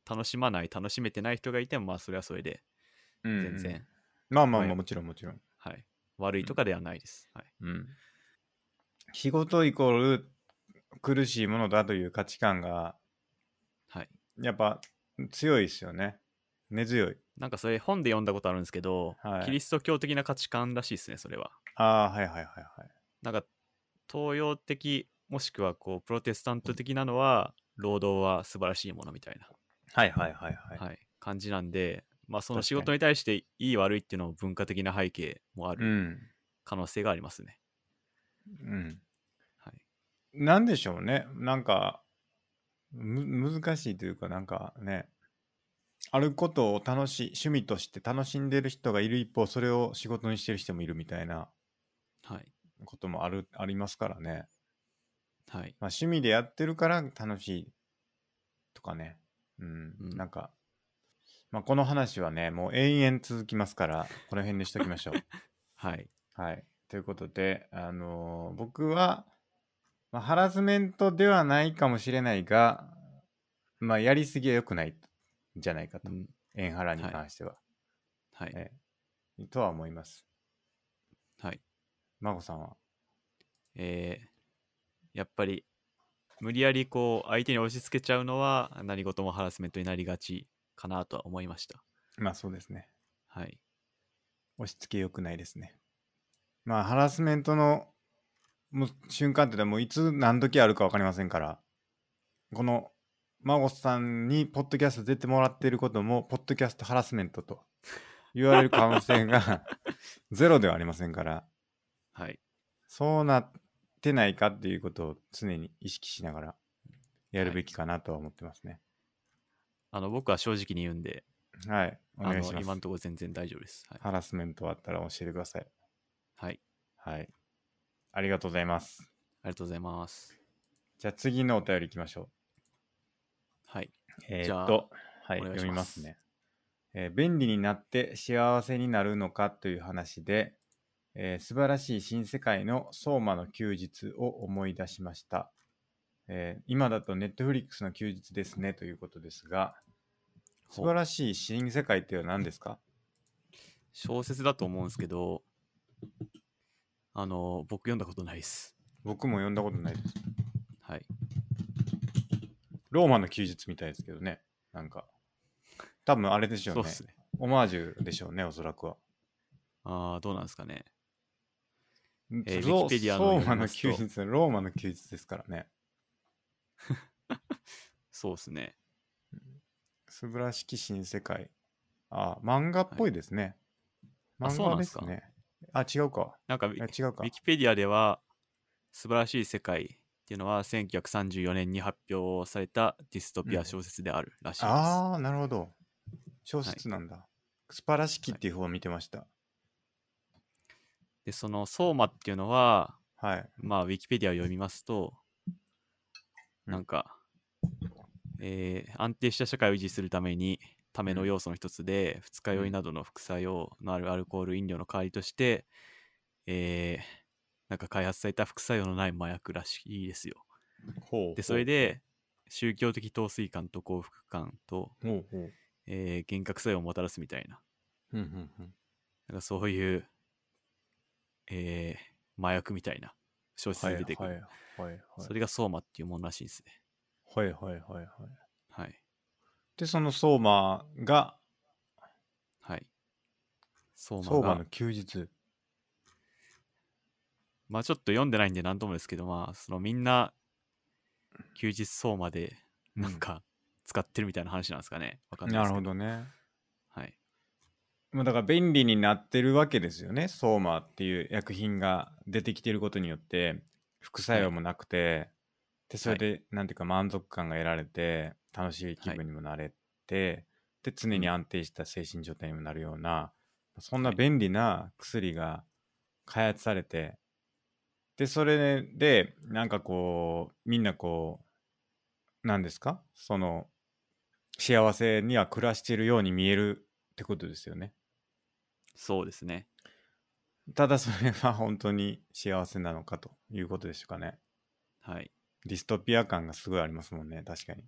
楽しまない、楽しめてない人がいても、まあそれはそれで、全
うんうん
然、
まあまあ
ま
ま
あ
あもちろんもちろん、
はい。悪いとかではないです。はい。
うん、仕事イコール苦しいものだという価値観が
はい。
やっぱ強いですよね根強い
なんかそれ本で読んだことあるんですけど、
はい
キリスト教的な価値観らしいですね、それは。
ああはいはいはいはい
なんか東洋的もしくはこうプロテスタント的なのは労働は素晴らしいものみたいな、
はいはいはいはい、
はい感じなんで、まあ、その
確かに
仕事に対していい悪いっていうのも文化的な背景もあ
う
る
ん
可能性がありますね。
うん
はい、
なんでしょうねなんかむ難しいというかなんかねあることを楽しい趣味として楽しんでる人がいる一方それを仕事にしてる人もいるみたいな
はい
こともあるありますからねま
はい
あ、趣味でやってるから楽しいとかね。うん。
うん
なんか、まあ、この話はね、もう永遠続きますから、この辺にしときま しょう。
はい
はい。ということで、あのー僕は、まあ、ハラスメントではないかもしれないが、まあ、やりすぎは良くないんじゃないかと
う。ん
円腹に関しては。
はい
ええとは思います。
はい
まこさんは。
えーやっぱり無理やりこう相手に押し付けちゃうのは何事もハラスメントになりがちかなとは思いました。
まあ、そうですね。
はい
押し付け良くないですね。まあハラスメントのもう瞬間ってのはもういつ何時あるか分かりませんからこの孫さんにポッドキャスト出てもらっていることもポッドキャストハラスメントと言われる可能性 がゼロではありませんから
はい
そうなってないかっていうことを常に意識しながらやるべきかなとは思ってますね。
あの僕は正直に言うんで
はい、お
あ
願いし
の
ま
今
す
の。ところ全然大丈夫です。はい
ハラスメントあったら教えてください。
はい、
はい、ありがとうございます。
ありがとうございます。
じゃあ次のお便りいきましょ
はい。
う。え
じ
ー、
ゃあ
っと、はい、
お願いします
読みますね、えー便利になって幸せになるのかという話で、えー素晴らしい新世界の相馬の休日を思い出しました。えー今だとネットフリックスの休日ですねということですが、素晴らしい新世界っていうのは何ですか
小説だと思うんですけど、あの、僕読んだことないです。
僕も読んだことないです。
はい。
ローマの休日みたいですけどね、なんか。多分あれでしょう
そう
ね。
ですね。
オマージュでしょうね、おそらくは。
ああ、どうなんですかね。えー
ロ
Wikipedia の
ソー
より
マの
ますと
休日はローマの休日ですからね。
そうですね。
素晴らしき新世界。あ、漫画っぽいですね。
はいあ
漫
そうな
画
ん
ですす
か
ね。あ、違うか。
なんか、ウ
い
ィ
や違うか
ウィ。キペディアでは、素晴らしい世界っていうのは、1934年に発表されたディストピア小説であるらしいです。
ああ、なるほど。小説なんだ。素晴らしきっていう方を見てました。
で、その、相馬っていうのは、
はい。
まあ、ウィキペディアを読みますと、
うん
なんか、えー安定した社会を維持するために、ための要素の一つで、二日酔いなどの副作用のあるアルコール飲料の代わりとして、えーなんか開発された副作用のない麻薬らしいですよ。
ほ
で、それ
で、
で、宗教的陶酔感と幸福感と、
ほうほう。
えー幻覚作用をもたらすみたいな、
うんうんうん。
なんかそういう、えー麻薬みたいな小説
はいは
に
い
出てくる、
はいはい。
それが相馬っていうものらしいですね
はいはいはいはい。
はい
で、その相馬が、
はい相馬
相馬
が
の休日。
まあちょっと読んでないんで何ともですけどまあそのみんな休日相馬でなんか使ってるみたいな話なんですかねわかんない
な
です
る
け
ほどね。
はい
まあ、だから便利になってるわけですよね。相馬っていう薬品が出てきてることによって、副作用もなくて、で、それで、なんていうか満足感が得られて、楽しい気分にもなれて、で、常に安定した精神状態にもなるような、そんな便利な薬が開発されて、で、それで、なんかこう、みんなこう、なんですかその、幸せには暮らしているように見えるってことですよね。
そうですね
ただそれが本当に幸せなのかということでしょうかね。
はい
ディストピア感がすごいありますもんね、確かに。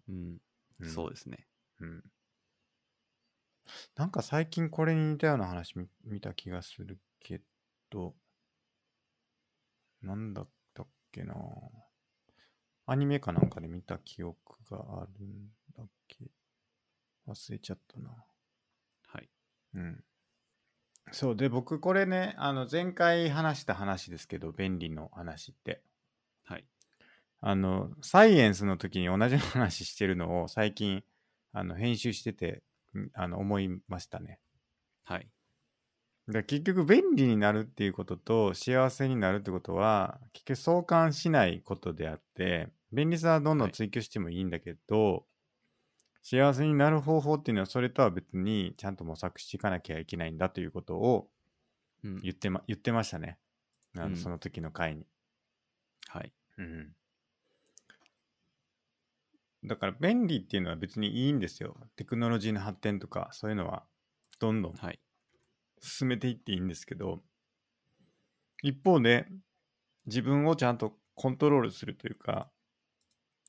うん、そうですね
す、うん。なんか最近これに似たような話見見た気がするけど、なんだったっけなアニメかなんかで見た記憶があるんだっけ忘れちゃったな。
はい
うん。そうで僕これねあの前回話した話ですけど便利の話って
はい
あのサイエンスの時に同じ話してるのを最近あの編集しててんあの思いましたね。
はい
で結局便利になるっていうことと幸せになるってことは結局相関しないことであって便利さはどんどん追求してもいいんだけど、幸せになる方法っていうのはそれとは別にちゃんと模索していかなきゃいけないんだということを
うん
言ってま言ってましたねあの、
うん
その時の回に、
はい
うん、だから便利っていうのは別にいいんですよテクノロジーの発展とかそういうのはどんどん
はい
進めていっていいんですけど一方で自分をちゃんとコントロールするというか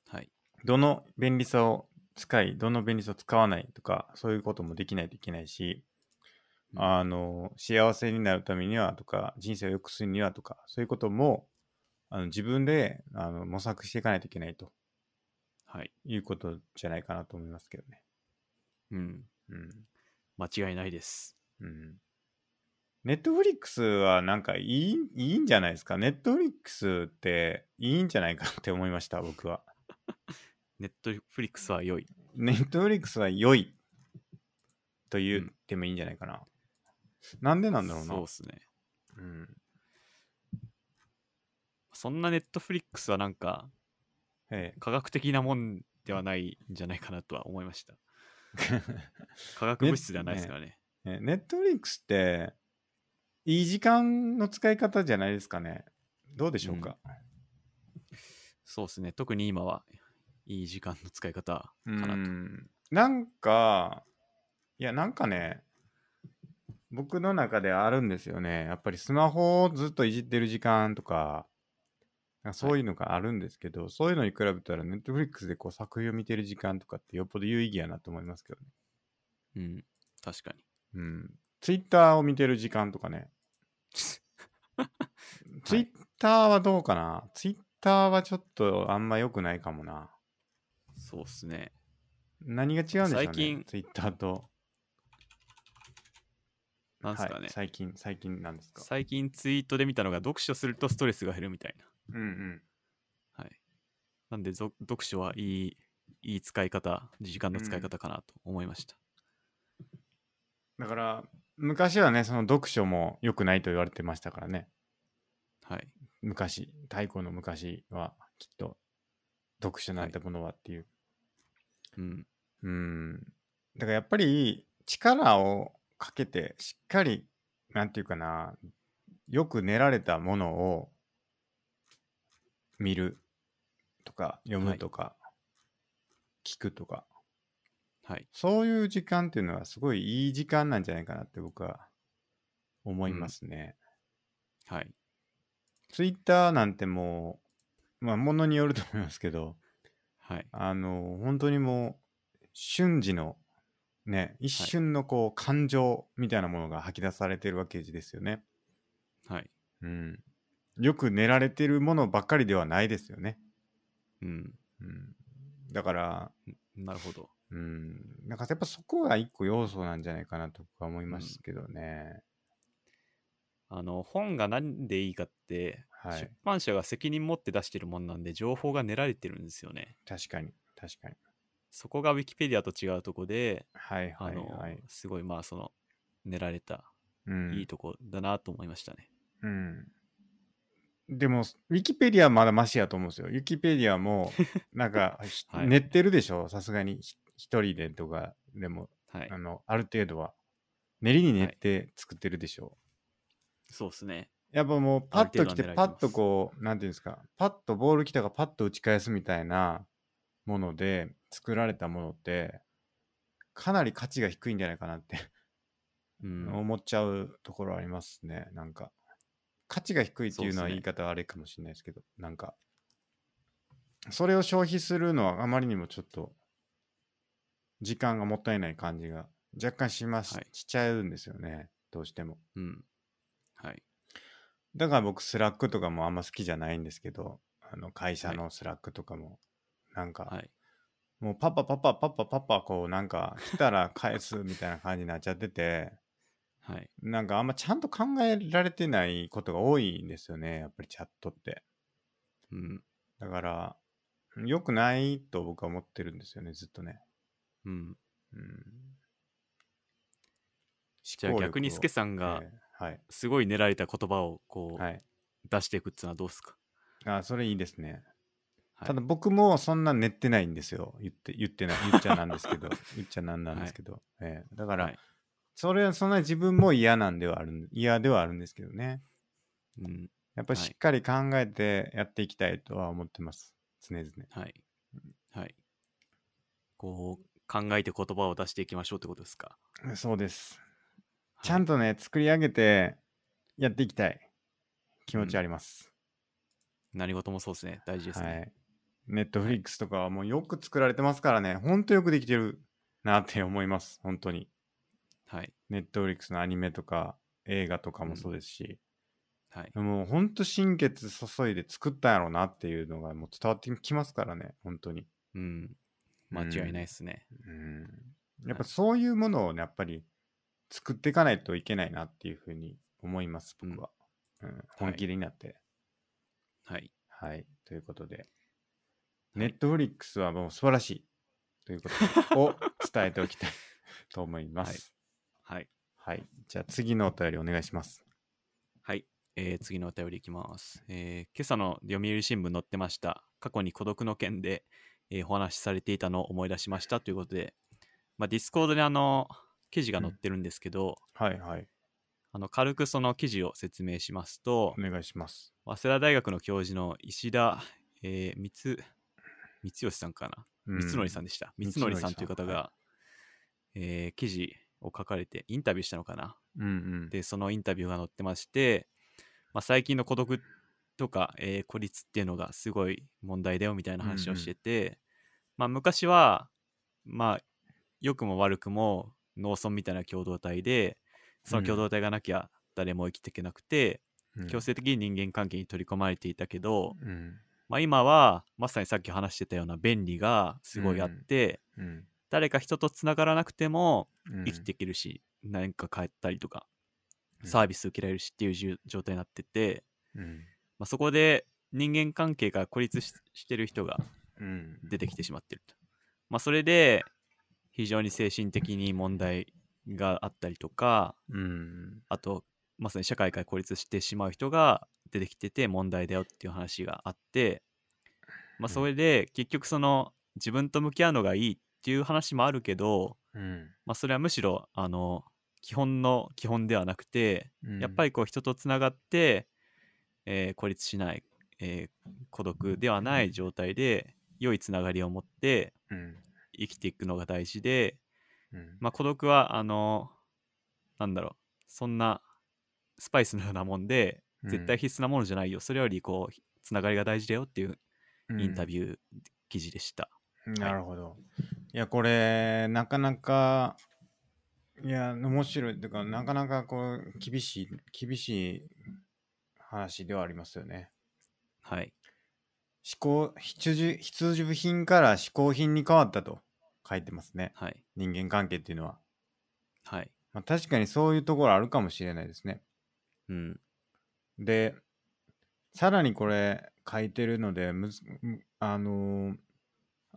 はい
どの便利さを使いどの便利さを使わないとかそういうこともできないといけないし
うん
あの幸せになるためにはとか人生を良くするにはとかそういうこともあの自分であの模索していかないといけないと
はい
いうことじゃないかなと思いますけどね。
うん間違いないです
うんうんネットフリックスはなんかいいいいんじゃないですかネットフリックスっていいんじゃないかって思いました 僕は。
ネットフリックスは良い
ネットフリックスは良いと言
うん
ってもいいんじゃないかな。なんでなんだろうな。
そうですね
うん、
そんなネットフリックスはなんか
え
科学的なもんではないんじゃないかなとは思いました
え
化学物質ではないですからね
ねネットフリックスっていい時間の使い方じゃないですかね。どうでしょうか。
そうですね特に今はいい時間の使い方か
うん
なと、
なんか、いや、なんかね、僕の中であるんですよね。やっぱりスマホをずっといじってる時間とか、なんかそういうのがあるんですけど、そういうのに比べたら、ネットフリックスでこう作品を見てる時間とかってよっぽど有意義やなと思いますけどね。
うん、確かに
うん。ツイッターを見てる時間とか ね。ツイッターはどうかなツイッターはちょっとあんま良くないかもな。
そうですね
何が違うんでしょうね。
最近
ツイッターと。
なんすかね、
はい、最近、最近なんですか。
最近ツイートで見たのが読書するとストレスが減るみたい
うんうん。
なはいなんでぞ読書はいいいい使い方時間の使い方かなと思いました、
だから、昔はね、その読書も良くないと言われてましたからね。
はい
昔、太古の昔は、きっと、読書なんてものはっていう。
うん
うん。だからやっぱり、力をかけて、しっかり、なんていうかな、よく練られたものを見るとか、読むとか、聞くとか、
はい
そういう時間っていうのはすごいいい時間なんじゃないかなって僕は思いますね。
はい
ツイッターなんてもう、まあ、ものによると思いますけど、
はい
あの、本当にもう、瞬時の、ね、一瞬のこう、感情みたいなものが吐き出されてるわけですよね。
はい
うん。よく練られてるものばっかりではないですよね。
うん。
うん、だから、
なるほど。
うん、なんかやっぱそこが一個要素なんじゃないかなと僕は思いますけどね。
あの、本が何でいいかって、
はい
出。版社が責任持って出してるもんなんで、情報が練られてるんですよね。
確かに、確かに。
そこが Wikipedia と違うとこで、
はい
あ
はい
の、
はい。
すごい、まあ、その、練られた、
うん、
いいとこだなと思いましたね。
うん。でも、ウィキペディアはまだマシやと思うんですよ。ウィキペディア も、なんか、ひ
はい
寝てるでしょ、さすがに。ひ一人でとかでも、
はい
あ。の、ある程度は。練りに練って作ってるでしょ。
そうですね。
やっぱもう、パッと来て、
ある程度
パッ
は狙えてます
とこう、なんていうんですか、パッとボール来たからパッと打ち返すみたいなもので作られたものって、かなり価値が低いんじゃないかなって
うん。
思っちゃうところありますね、なんか。価値が低いっていうの
そうっす
は
ね
言い方はあれかもしれないですけど、なんか、それを消費するのはあまりにもちょっと、時間がもったいない感じが若干します、
はい
しちゃうんですよね、どうしても。
うん。はい。
だから僕、スラックとかもあんま好きじゃないんですけど、あの会社のスラックとかも、なんか、
はい。
もうパパパパパパパパこうなんか来たら返すみたいな感じになっちゃってて、
はい。
なんかあんまちゃんと考えられてないことが多いんですよね、やっぱりチャットって。
うん。
だから、良くないと僕は思ってるんですよね、ずっとね。
うん。
うん、
じゃあ逆に、スケ
さ
さんが、
はい。
すごい練られた言葉を、こう、
はい。
出していくっていうのはどうですか
あ、それいいですね。
はい
ただ僕もそんな寝ってないんですよ。言って、言ってない、言っちゃなんですけ ど、言っちゃなんなんですけど。ええだから、
はい
それはそんな自分も嫌なんではあるん、嫌ではあるんですけどね。
うん。
やっぱりしっかり考えてやっていきたいとは思ってます。常々。
はい。はい。こう、考えて言葉を出していきましょうってことですか。
そうです。
はい
ちゃんとね、作り上げてやっていきたい気持ちあります。
何事もそうですね。大事です
は
ね。
い。ネットフリックスとかはもうよく作られてますからね、ほんとよくできてるなって思います、本当に。
はい。
ネットフリックスのアニメとか映画とかもそうですし、
はい。
もうほんと心血注いで作ったんやろうなっていうのがもう伝わってきますからね、本当に。
うん。間違いないですね。
うん。やっぱそういうものをね、やっぱり作っていかないといけないなっていうふうに思います、僕は。うん、本気になって。
はい。
はい。ということで、ネットフリックスはもう素晴らしいということを伝えておきたいと思います。
はい。
はい。じゃあ次のお便りお願いします。
はい。えー次のお便りいきます。えー今朝の読売新聞載ってました。過去に孤独の件で、えーお話しされていたのを思い出しましたということで、まあ、ディスコードにあの、記事が載ってるんですけど、
はいはい。
あの、軽くその記事を説明しますと
お、願いします。
早稲田大学の教授の石田、えー、三つ、三吉さんかな
う
三則さんでした。三則さんという方が、
は
えー記事を書かれて、インタビューしたのかな
うんうん。
で、そのインタビューが載ってまして、まあ、最近の孤独とか、えー孤立っていうのがすごい問題だよみたいな話をしてて、まあ、昔は、まあ、良くも悪くも農村みたいな共同体で、その共同体がなきゃ誰も生きていけなくて、
うん
強制的に人間関係に取り込まれていたけど、
うん。
まあ、今はまさにさっき話してたような便利がすごいあって、
うん。
誰か人とつながらなくても
うん
生きていけるし、何か買ったりとか
うん
サービス受けられるしっていうじゅ状態になってて、
うん。
まあ、そこで人間関係が孤立ししてる人が
うん。
出てきてしまってると、まあ、それで非常に精神的に問題があったりとか
うん。
あとまさに社会から孤立してしまう人が出てきてて問題だよっていう話があって、まあ、それで結局その自分と向き合うのがいいっていう話もあるけど、
うん。
まあ、それはむしろあの基本の基本ではなくて
うん
やっぱりこう人とつながって、えー孤立しない、えー孤独ではない状態で良いつながりを持って
うん。
生きていくのが大事で、
うん。
まあ、孤独はあのなんだろうそんなスパイスのようなもんで絶対必須なものじゃないよ、それよりこうつながりが大事だよっていうインタビュー記事でした、
なるほど。いや、これ、なかなか、いや、面白い。てか、なかなか、こう、厳しい、厳しい話ではありますよね。
はい。
嗜好必需必需品から嗜好品に変わったと書いてますね
はい。
人間関係っていうのは、
はい。
まあ、確かにそういうところあるかもしれないですね
うん。
でさらにこれ書いてるのでむずむあのー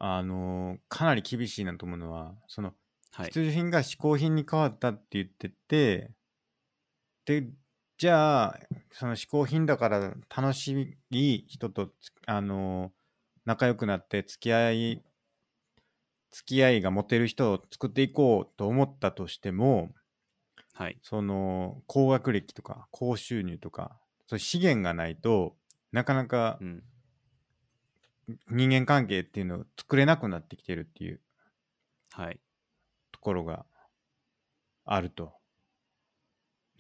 あのーかなり厳しいなと思うのはその
はい
必。需品が嗜好品に変わったって言っててでじゃあその嗜好品だから楽しい人とつあの仲良くなって付き合い付き合いが持てる人を作っていこうと思ったとしても
はい。
その高学歴とか高収入とかそういう資源がないとなかなか
うん。
人間関係っていうのを作れなくなってきてるっていう
はい。
ところがあると。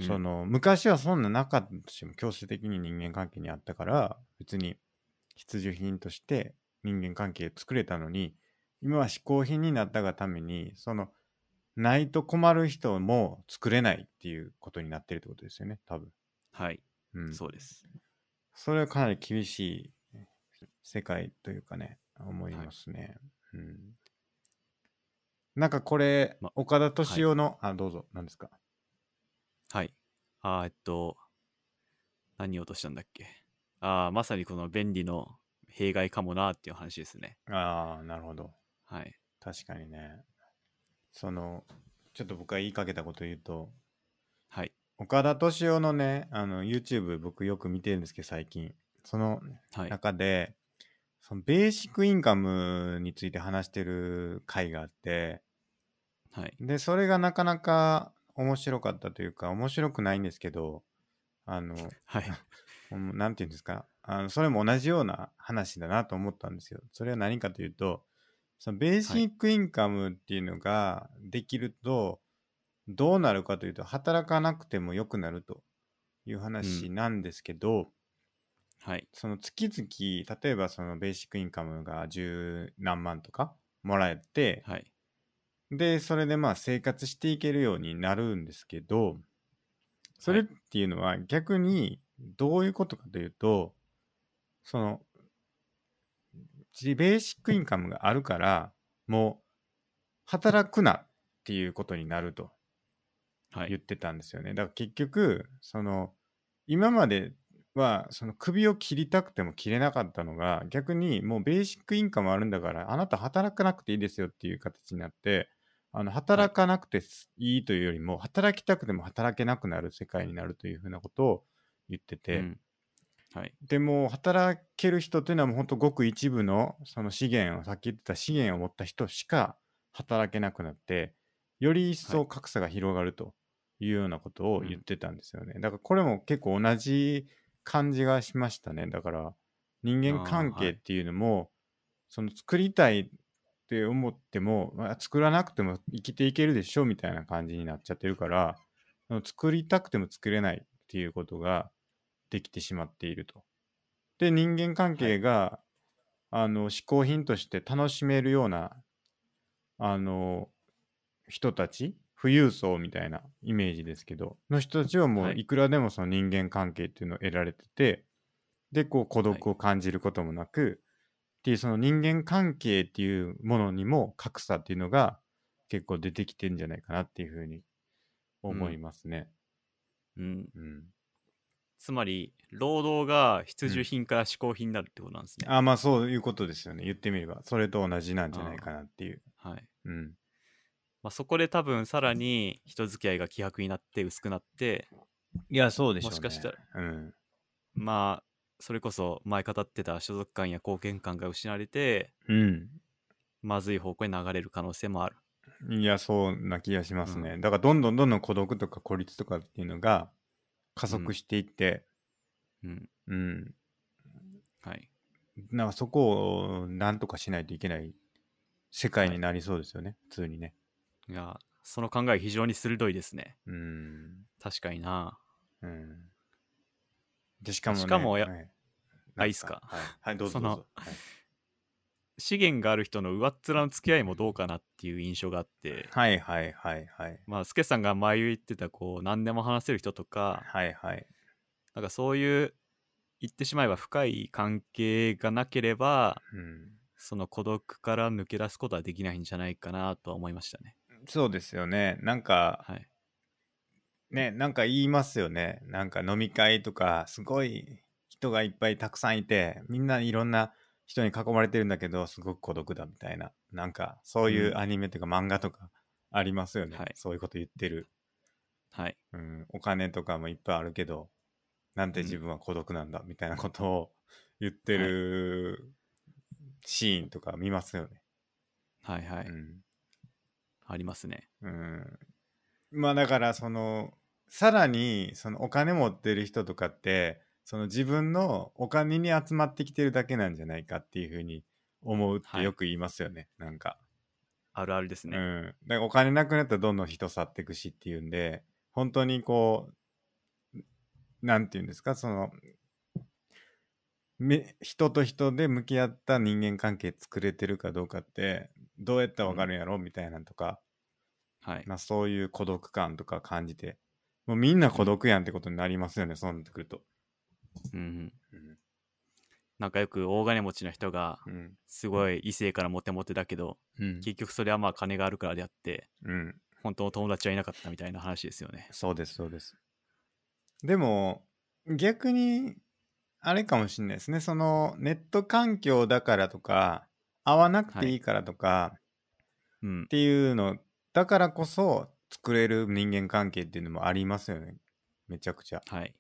うん
その昔はそんななかったとしても強制的に人間関係にあったから別に必需品として人間関係作れたのに今は嗜好品になったがためにそのないと困る人も作れないっていうことになってるってことですよね多分、
はい。
うん、
そうです。
それはかなり厳しい世界というかね、思いますね。うん、なんかこれ、
ま
岡田敏夫の、あ、どうぞ、何ですか。
はい。あーえっと、何を落としたんだっけ。ああ、まさにこの便利の弊害かもなーっていう話ですね。
ああ、なるほど。
はい。
確かにね。その、ちょっと僕が言いかけたこと言うと、
はい。
岡田敏夫のね、あの、YouTube 僕よく見てるんですけど、最近。その
はい。
中で、そのベーシックインカムについて話してる回があって、
はい。
で、それがなかなか面白かったというか、面白くないんですけど、あの、
はい。
うんなんていうんですか、あのそれも同じような話だなと思ったんですよ。それは何かというと、そのベーシックインカムっていうのができると、どうなるかというと、働かなくても良くなるという話なんですけど、
はい。
その月々、例えばそのベーシックインカムが十何万とかもらえて、
はい。
で、それでまあ生活していけるようになるんですけど、それっていうのは逆にどういうことかというと、その、ベーシックインカムがあるから、もう働くなっていうことになると
は
言っ
い。
てたんですよね。だから結局、その、今まではその首を切りたくても切れなかったのが、逆にもうベーシックインカムあるんだから、あなた働かなくていいですよっていう形になって、あの働かなくていいというよりも、働きたくても働けなくなる世界になるというふうなことを言ってて、
うんはい。
でも働ける人というのはもう本当ごく一部のその資源をさっき言ってた資源を持った人しか働けなくなってより一
は
層格差が広がるというようなことを言ってたんですよね、だからこれも結構同じ感じがしましたねだから人間関
あーは
係
い
っていうのも、その作りたいって思っても、まあ、作らなくても生きていけるでしょみたいな感じになっちゃってるからその作りたくても作れないっていうことができてしまっていると。で人間関係が、あの嗜好品として楽しめるようなあの人たち富裕層みたいなイメージですけどの人たちはも
は
う
い
いくらでもその人間関係っていうのを得られてて、でこう孤
はい
独を感じることもなく、っていうその人間関係っていうものにも格差っていうのが結構出てきてんじゃないかなっていうふうに思いますね。
うん。
うん
つまり、労働が必需品から嗜好品になるってことなんですね。
あまあそういうことですよね言ってみればそれと同じなんじゃないかなっていう。
はい。
うん
まあ、そこで多分さらに人付き合いが希薄になって薄くなって、
いや、そうでしょう、ね。
もしかしたら。
うん。
まあ、それこそ前語ってた所属感や貢献感が失われて、
う
まずい方向に流れる可能性もある。
ん。いや、そうな気がしますね。だから、どんどんどんどん孤独とか孤立とかっていうのが加速していって、
うん。
うん。
はい。
なんかそこをなんとかしないといけない世界になりそうですよね、普通にね。
いや、その考え非常に鋭いですね。
うん。
確かにな。
うん。で、しかも、ね、
しかもや
はい、
あいいっすか
はい、はい、どうぞ
そ
ど
の
うぞ。はい
資源がある人の上っ面の付き合いもどうかなっていう印象があって、
はいはいはいはい。
まあ、スケさんが前言ってた、こう、何でも話せる人とか、
はいはい。
なんかそういう言ってしまえば深い関係がなければ
うん、
その孤独から抜け出すことはできないんじゃないかなとは思いましたね
そうですよね。なんか、
はい
ね、なんか言いますよね。なんか飲み会とか、すごい人がいっぱいたくさんいて、みんないろんな人に囲まれてるんだけど、すごく孤独だみたいな。なんか、そういううんアニメとか漫画とかありますよね。
はい
そういうこと言ってる、
はい
うん。お金とかもいっぱいあるけど、なんて自分は孤独なんだみたいなことを言ってるシーンとか見ますよね。
はいはい、
うん
ありますね
うん、まあだからそのさらにそのお金持ってる人とかってその自分のお金に集まってきてるだけなんじゃないかっていうふうに思うって
はい
よく言いますよね、なんか、
あるあるですね、
うん、だからお金なくなったらどんどん人去っていくしっていうんで本当にこうなんていうんですかそのめ人と人で向き合った人間関係作れてるかどうかってどうやったら分かるんやろみたいなのとか、
はい
まあ、そういう孤独感とか感じてもうみんな孤独やんってことになりますよねそうなってくると。
うんうん、
うん
なんかよく大金持ちの人が
うん
すごい異性からモテモテだけど
うん
結局それはまあ金があるからであって
うん、
本当の友達はいなかったみたいな話ですよね
そうですそうです。でも逆にあれかもしれないですねそのネット環境だからとか会わなくていいからとか、
うん
っていうのだからこそ作れる人間関係っていうのもありますよねめちゃくちゃ。
はい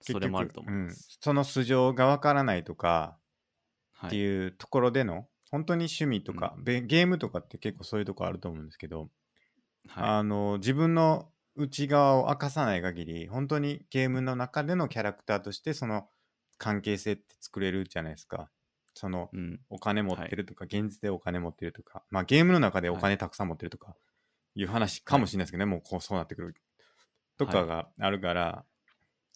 結
そ
局
れもあると思いま
う
す、
ん、その素性がわからないとかっ
は
て
い
いうところでの、本当に趣味とか、べゲームとかって結構そういうとこあると思うんですけど、
は
あの自分の内側を明かさない限り本当にゲームの中でのキャラクターとしてその関係性って作れるじゃないですかその
い、うん、
お金持ってるとか、現実でお金持ってるとかまあゲームの中でお金たくさん持ってるとかいう話かもしれないですけどね、もうこうそうなってくるとかがあるから、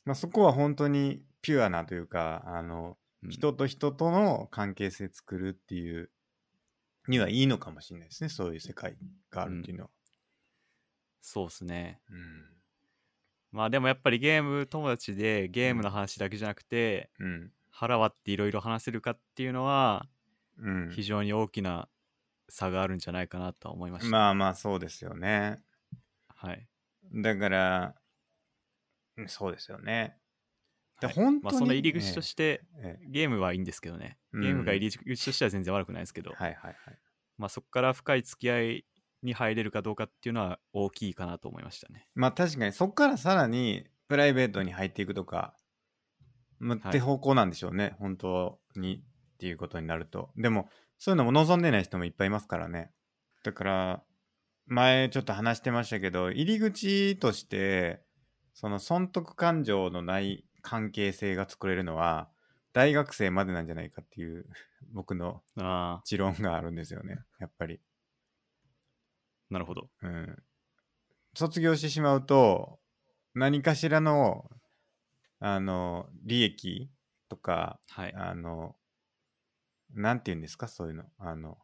まあ、そこは本当にピュアなというかあの
うん
人と人との関係性作るっていうにはいいのかもしれないですねそういう世界があるっていうのは。
そうですね
うん
まあでもやっぱりゲーム友達でゲームの話だけじゃなくて、
うん。
腹割っていろいろ話せるかっていうのは
うん、
非常に大きな差があるんじゃないかなとは思いました、
まあまあそうですよね。
はい
だから、うんそうですよね。で
はい
本当
まあ、
に
その入り口として、
ええ
ゲームはいいんですけどねゲームが入り口としては全然悪くないですけど、
はいはいはい。
まあ、そこから深い付き合いに入れるかどうかっていうのは大きいかなと思いましたね。
まあ確かにそこからさらにプライベートに入っていくとか、まあ
はい
って方向なんでしょうね、本当にっていうことになると。でもそういうのも望んでない人もいっぱいいますからね。だから前ちょっと話してましたけど入り口としてその損得感情のない関係性が作れるのは大学生までなんじゃないかっていう僕の
ああ、
持論があるんですよねやっぱり。
なるほど。
うん、卒業してしまうと何かしらのあの利益とか
はい。
あのなんて言うんですかそういうのあの、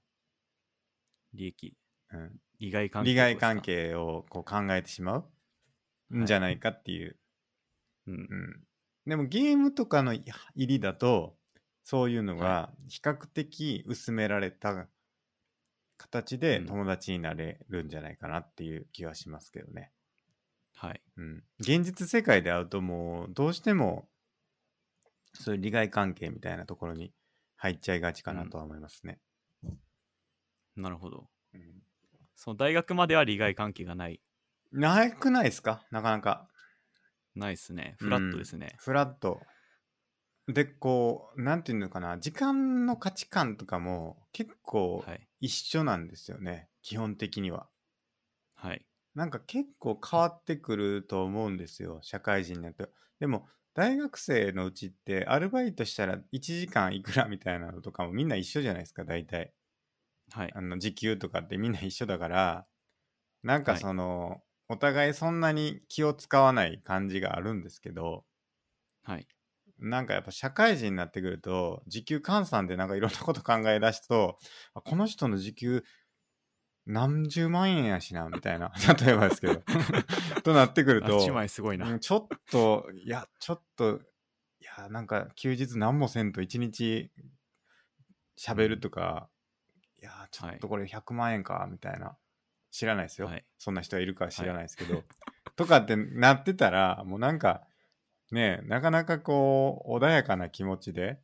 利益。
うん、
利害関係。
利害関。係をこう考えてしまうんじゃないかっていう、
うん。
うん、でもゲームとかの入りだとそういうのが
は
比較的薄められた形で
うん
友達になれるんじゃないかなっていう気はしますけどね。
はい。
うん、現実世界で会うともうどうしてもそういう利害関係みたいなところに入っちゃいがちかなとは思いますね。
なるほど。
うん
その大学までは利害関係がない。
長くないですかなかなか
ないですね。フラットですね。
フラットでこうなんていうのかな時間の価値観とかも結構
はい。
一緒なんですよね、基本的には。
はい。
なんか結構変わってくると思うんですよ社会人になってでも大学生のうちってアルバイトしたら1時間いくらみたいなのとかもみんな一緒じゃないですか大体
はい
あ。の時給とかってみんな一緒だからなんか
はい
その、お互いそんなに気を使わない感じがあるんですけど
はい。
なんかやっぱ社会人になってくると時給換算でなんかいろんなこと考え出すとあこの人の時給何十万円やしなみたいな 例えばですけどとなってくる
あ、
と
1枚すごいな。
うんちょっといやちょっといやーなんか休日何もせんと一日喋るとか、いやーちょっとこれ100万円かみたいな知らないですよ、
はい
そんな人がいるかは知らないですけど、 とかってなってたらもうなんかねなかなかこう穏やかな気持ちで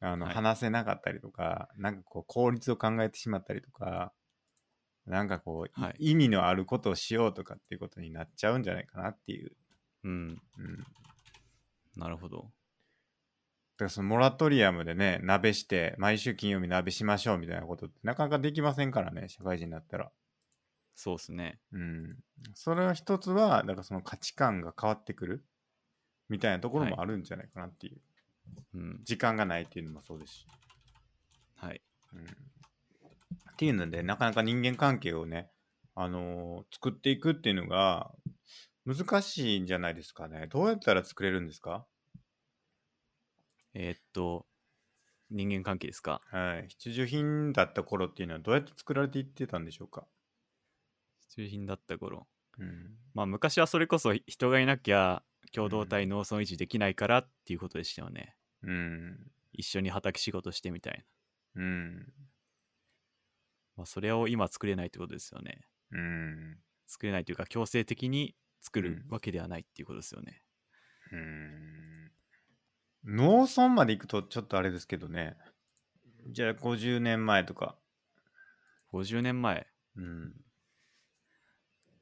あの、
はい
話せなかったりとかなんかこう効率を考えてしまったりとかなんかこう、
はい
意味のあることをしようとかっていうことになっちゃうんじゃないかなっていう、
うん。
うん、
なるほど。
だからそのモラトリアムでね、鍋して、毎週金曜日鍋しましょうみたいなことってなかなかできませんからね、社会人になったら。
そうですね。
うん。それは一つは、だからその価値観が変わってくるみたいなところもあるんじゃないかなっていう。
うん。
時間がないっていうのもそうですし。
はい。
うん。っていうので、なかなか人間関係をね、あのー作っていくっていうのが難しいんじゃないですかね。どうやったら作れるんですか
えーっと、人間関係ですか。
はい。必需品だった頃っていうのはどうやって作られていってたんでしょうか
必需品だった頃。
うん。
まあ、昔はそれこそ人がいなきゃ共同体農村維持できないからっていうことでしたよね。
うん。
一緒に畑仕事してみたいな。
うん。
まあ、それを今作れないってことですよね。
うん。
作れないというか、強制的に作る
うん
わけではないっていうことですよね。
うん。農村まで行くとちょっとあれですけどね。じゃあ50年前とか。
50年前。
うん。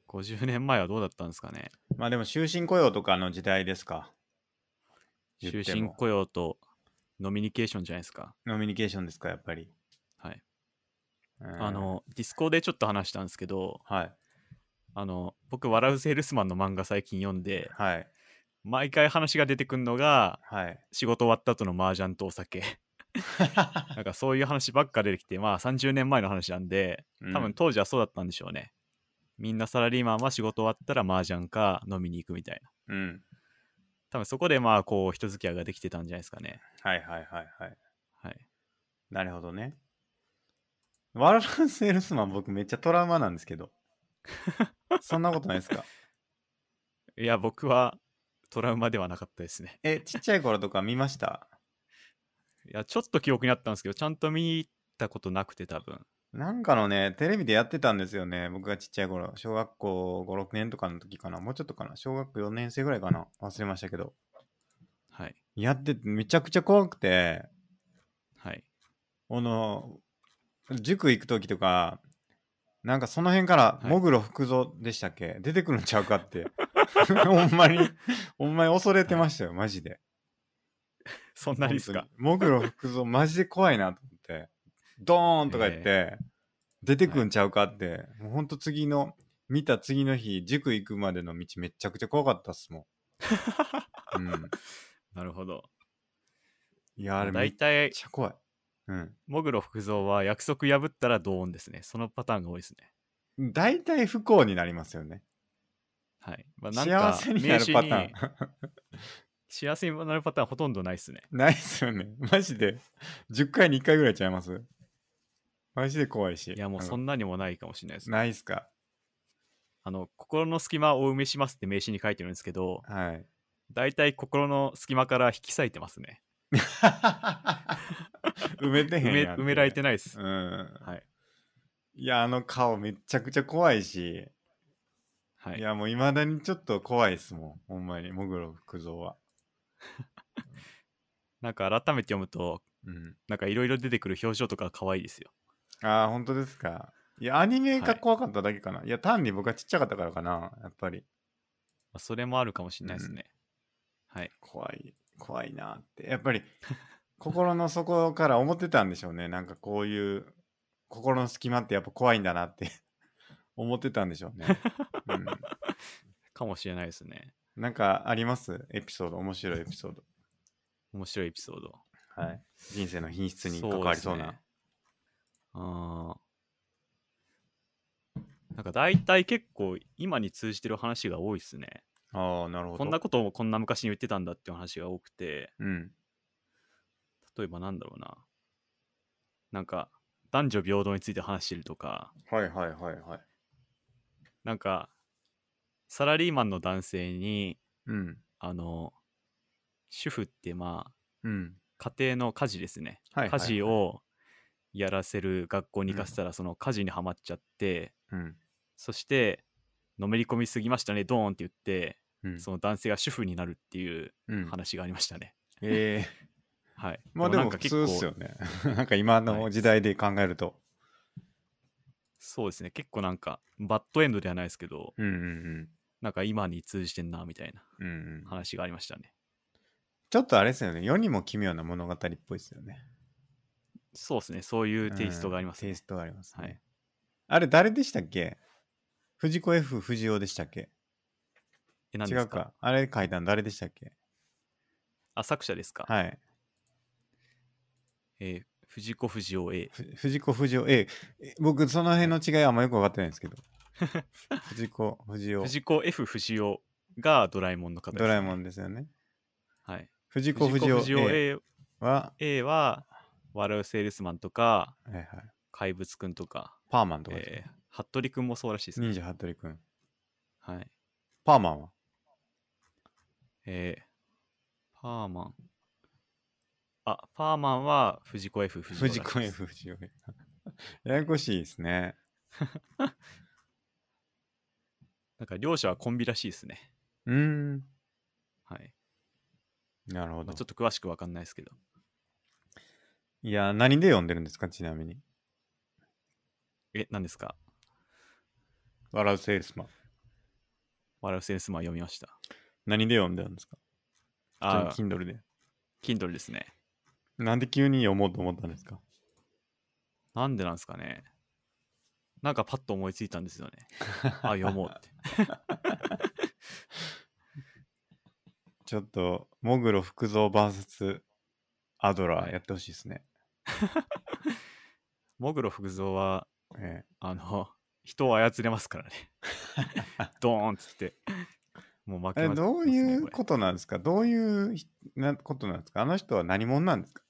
50年前はどうだったんですかね。
まあでも終身雇用とかの時代ですか。言
終
っても
身雇用とノミニケーションじゃないですか。
ノミニケーションですか、やっぱり。
はい。
うん
あ、の、ディスコでちょっと話したんですけど、
はい。
あの、僕、笑うセールスマンの漫画最近読んで、
はい。
毎回話が出てくるのが、
はい。
仕事終わった後の麻雀とお酒。 なんかそういう話ばっか出てきて、まあ30年前の話なんで、多
う
分
ん
当時はそうだったんでしょうね。みんなサラリーマンは仕事終わったら麻雀か飲みに行くみたいな。
うん。
多分そこでまあこう人付き合いができてたんじゃないですかね。
はいはいはいはい。
はい。
なるほどね。ワラランセールスマン僕めっちゃトラウマなんです けど。そんなことないですか
いや、僕はトラウマではなかったですね。
え、ちっちゃい頃とか見ました
いや、ちょっと記憶にあったんですけど、ちゃんと見たことなくて多分。
なんかのね、テレビでやってたんですよね。僕がちっちゃい頃。小学校5、6年とかの時かな。もうちょっとかな。小学校4年生ぐらいかな。忘れましたけど。
はい。
やってて、めちゃくちゃ怖くて、
はい。
あの、塾行く時とか、なんかその辺から、
はい
もぐろ福蔵でしたっけ、出てくるんちゃうかって。 ほんまに、ほんまに恐れてましたよ、マジで。
そんなにですか
本。当にもぐろ福蔵、マジで怖いなと思って。ドーンとか言って、出てくんちゃうかって、もうほんと次の、見た次の日、塾行くまでの道めちゃくちゃ怖かったっすも ん。うん。
なるほど。
いや、あれめ
大
っ
体、
ちゃ怖い。うん。
もぐろ福蔵は約束破ったら同音ですね。そのパターンが多いですね。
大体不幸になりますよね。
はい。まあ、なん
幸
か
せになるパター
名
ン
刺に。幸せになるパターンほとんどないですね。
ないっすよね。マジで。10回に1回ぐらいちゃいますマジで怖いし。
いや、もうそ
なん
なにもないかもしれないです、ね。
ないっすか。
あの、心の隙間をお埋めしますって名刺に書いてるんですけど、
はい。
大体心の隙間から引き裂いてますね。
埋めてへ
埋
ん
め
やん。
埋められてないです。
うん。
はい。
いや、あの顔めっちゃくちゃ怖いし、、
はいい。
や、もう未だにちょっと怖いっすもん。ほんまに、もぐろ福蔵は。
なんか改めて読むと、
うん。
なんかいろいろ出てくる表情とか可愛いですよ。
ああ、本当ですか。いや、アニメ
は
が
い
怖かっただけかな。い、や、単に僕がちっちゃかったからかな。やっぱり。
まあそれもあるかもしれないですね。はい。
怖い怖いなってやっぱ り心の底から思ってたんでしょうねなんかこういう心の隙間ってやっぱ怖いんだなって 思ってたんでしょうね、う
かもしれないですね。
ん、なんかありますエピソード面白いエピソード
面白いエピソード。
はい人生の品質に関わりそうな
ですねあーなんか大体結構今に通じてる話が多いですね。
ああなるほど
こんなことをこんな昔に言ってたんだっていう話が多くて、
うん
例えばなんだろうな。なんか男女平等について話してるとか、
はいはいはいはい
なんかサラリーマンの男性に、
うん
あの、主婦ってまあ
うん。
家庭の家事ですね、
はいはいはい
家事をやらせる学校に行かせたらその家事にはまっちゃって、
うん。
そしてのめり込みすぎましたねドーンって言って、
うん。
その男性が主婦になるっていう
うん。
話がありましたね、
ええ
はい
まあで
なん
も
か
普
結
通っ
構
すよね。 なんか今の時代で考えると。
そうですね結構なんかバッドエンドではないですけど
うんうん
なんか今に通じてんなみたいな
うん。うんうん、
話がありましたね
ちょっとあれですよね。世にも奇妙な物語っぽいですよね。
そうですねそういうテイストがあります
うんテ
ね、
イストがあります、ね。
はい
あれ、誰でしたっけ藤子 F 不二雄でしたっけ
え何
違
です
う
か
か。あれ書いたの誰でしたっけ
あ作者ですか、
はい。
えー藤子不二雄 A
ふ藤子不二雄。え、え僕、その辺の違いはあんまよく分かってないんですけ ど。藤子不二雄。
藤子 F 不二雄がドラえもんの方です、ね、
ドラえもんですよね。
はい
藤子
藤
不
子
二
不二
雄
雄
A
A,
は、
A は笑うセールスマンとか
はいはい、
怪物くんとか、
パーマンとかですね、
えー、服部くんもそうらしいですね、
忍者服部くん。
はい
パーマンは
えー、パーマンあパーマンは藤子 F 不二雄らし
藤
いです
子 F 不二雄。 ややこしいですね。
なんか両者はコンビらしいですね
うーん。
はい、
なるほ
ま
ど。
あ、ちょっと詳しくわかんないですけど
いや、何で読んでるんですか、ちなみに。
え何ですか
笑うセールスマン。
笑うセールスマン読みました
何で読んでるんですか
あ
普通に Kindle で。
Kindle ですね
なんで急に読もうと思ったんですか
なんでなんですかねなんかパッと思いついたんですよね。あ、読もうって。
ちょっと、モグロ福蔵 VS アドラーやってほしいですね。
モグロ福蔵は、
え
あの、 人を操れま すからね。ドーンっつって。もう負
え
け
え
ま
どういう
と
ことなんですかどういうひなことなんですかあの人は何者なんですか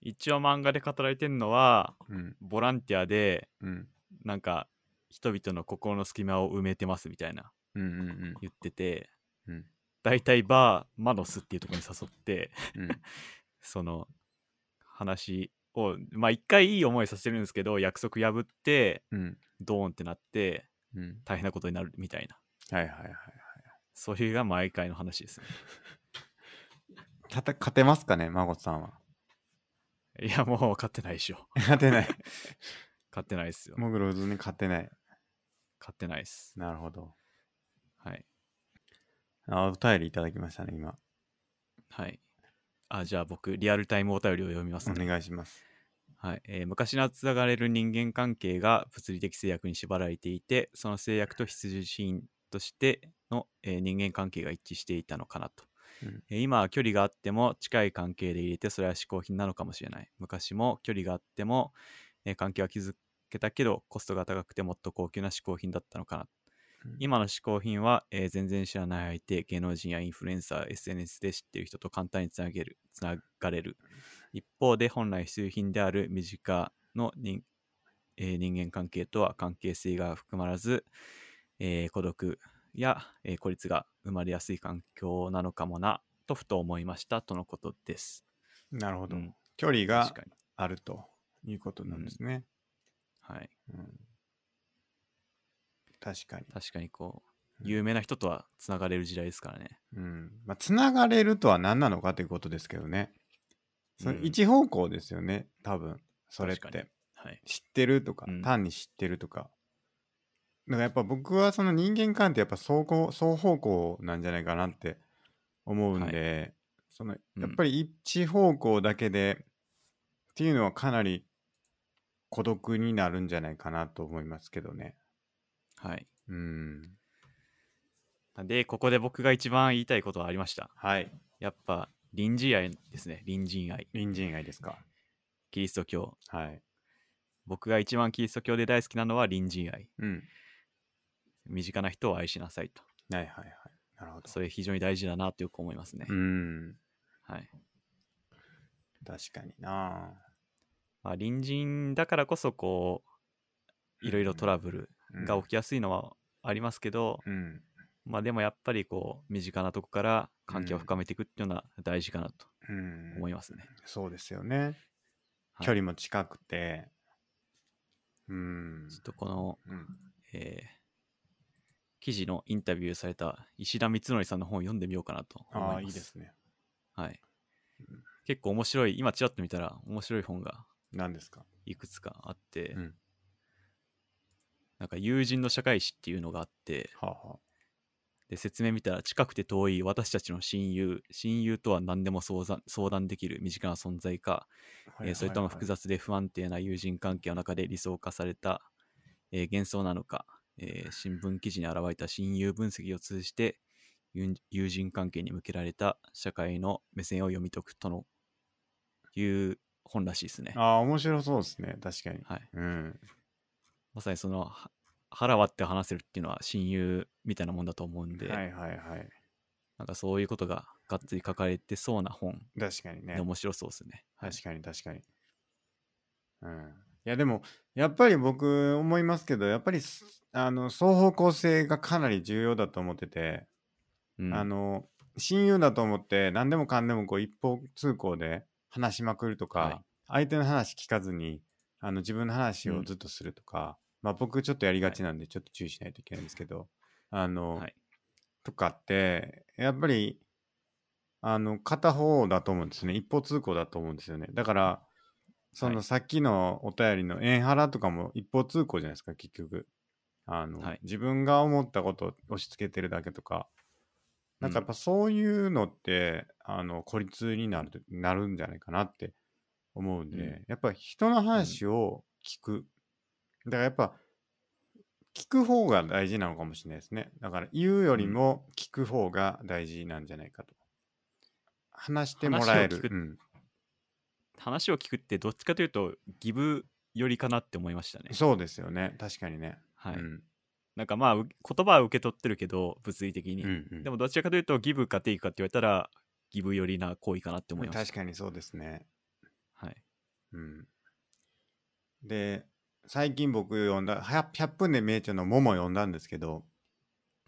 一応漫画で語られてるのは、
うん、
ボランティアで、
うん、
なんか、人々の心の隙間を埋めてますみたいな
うん、うん、
言ってて、
うん、
大体バー、マノスっていうところに誘って、
うん、
その、話を、まあ一回いい思いさせるんですけど、約束破って、
うん、
ドーンってなって
うん。
大変なことになるみたいな
はいはいはいはい。
そういうが毎回の話ですね
たた勝てますかね、マゴさんは。
いやもう勝ってないでしょ
勝て ない。
勝ってないですよ
モグロ普通に勝てない。
勝ってないです
なるほど。
はい
あ、お便りいただきましたね、今。
はいあじゃあ僕リアルタイムお便りを読みます
お
ね、
願いします。
はいえー昔のつながれる人間関係が物理的制約に縛られていてその制約と必需品としての、えー人間関係が一致していたのかなと
うん
えー今は距離があっても近い関係で入れてそれは嗜好品なのかもしれない昔も距離があっても、えー関係は築けたけどコストが高くてもっと高級な嗜好品だったのかな
うん
今の嗜好品は、えー全然知らない相手芸能人やインフルエンサー SNS で知っている人と簡単につなげるつながれる一方で本来必需品である身近の人,、えー人間関係とは関係性が含まらず、えー孤独や、えー孤立が生まれやすい環境なのかもなとふと思いましたとのことです。
なるほど。
うん
距離が
確かに。
あるということなんですね。
はい。
うん確かに。
確かにこう、
うん
有名な人とはつながれる時代ですからね。
うん。まあ、つながれるとは何なのかということですけどね。それ
うん
一方向ですよね、多分。それっ
確かに
て。
はい。
知ってるとか、
うん
単に知ってるとか。だからやっぱ僕はその人間観ってやっぱ双方双方向なんじゃないかなって思うんで、その
うん
やっぱり一方向だけで、っていうのはかなり孤独になるんじゃないかなと思いますけどね。
はい。
うん。
で、ここで僕が一番言いたいことはありました。
はい。
やっぱ、隣人愛ですね。隣人愛。
隣人愛ですか。
キリスト教。
はい。
僕が一番キリスト教で大好きなのは隣人愛。
うん。
身近な人を愛しなさいと。
はいはいはい。なるほど。
それ非常に大事だなとよく思いますね。
うん。
はい。
確かにな
まあ、隣人だからこそこういろいろトラブル
うん
が起きやすいのはありますけど、
うん。
まあでもやっぱりこう身近なとこから関係を
うん
深めていくっていうのは大事かなと
うん
思いますね。
そうですよね。
はい
距離も近くて。うん。
ちょっとこの、
うん
えー記事のインタビューされた石田光則さんの本を読んでみようかなと思います。
ああ、いいですね。
はい
うん。
結構面白い、今ちらっと見たら面白い本が
何ですか
いくつかあって、
うん
なんか友人の社会史っていうのがあって、
はあ、は
で説明見たら近くて遠い私たちの親友親友とは何でも相談相談できる身近な存在か、
あ
えーそれとも複。
はいはいはい
雑で不安定な友人関係の中で理想化された、えー幻想なのか、えー新聞記事に現れた親友分析を通じて友友人関係に向けられた社会の目線を読み解くとのいう本らしいですね。
ああ、面白そうですね。確かに。
はい、
うん。
まさにそのは腹割って話せるっていうのは親友みたいなもんだと思うんで、
はいはいはい。
なんかそういうことががっつり書かれてそうな本
確かにね
で。面白そうですね。はい
確かに確かに。うん。いやでも、やっぱり僕思いますけど、やっぱりす、あの、双方向性がかなり重要だと思ってて、
うん
あの、親友だと思って、何でもかんでもこう一方通行で話しまくるとか、
はい
相手の話聞かずに、あの、自分の話
う
を
ん
ずっとするとか、まあ僕ちょっとやりがちなんで、ちょっと注意しないといけないんですけど、あの、
はい
とかって、やっぱり、あの、片方だと思うんですね。一方通行だと思うんですよね。だから、そ
は
の
い
さっきのお便りの円腹とかも一方通行じゃないですか、結局。あの、
はい
自分が思ったことを押し付けてるだけとか。なんかやっぱそういうのって、あの、孤立になる、なるんじゃないかなって思うんで、
うん
やっぱ人の話を聞く。だからやっぱ、聞く方が大事なのかもしれないですね。だから言うよりも聞く方が大事なんじゃないかと。話してもらえる
話を聞。く
うん
話を聞くってどっちかというとギブよりかなって思いましたね。
そうですよね。確かにね。
はい
うん
なんかまあう言葉は受け取ってるけど物理的に、
うんうん
でもどちらかというとギブかテイクかって言われたらギブよりな行為かなって思いまし
確
た。
かにそうですね。
はい、
うん、で、最近僕読んだ、100, 100分で名著のモモ読んだんですけど、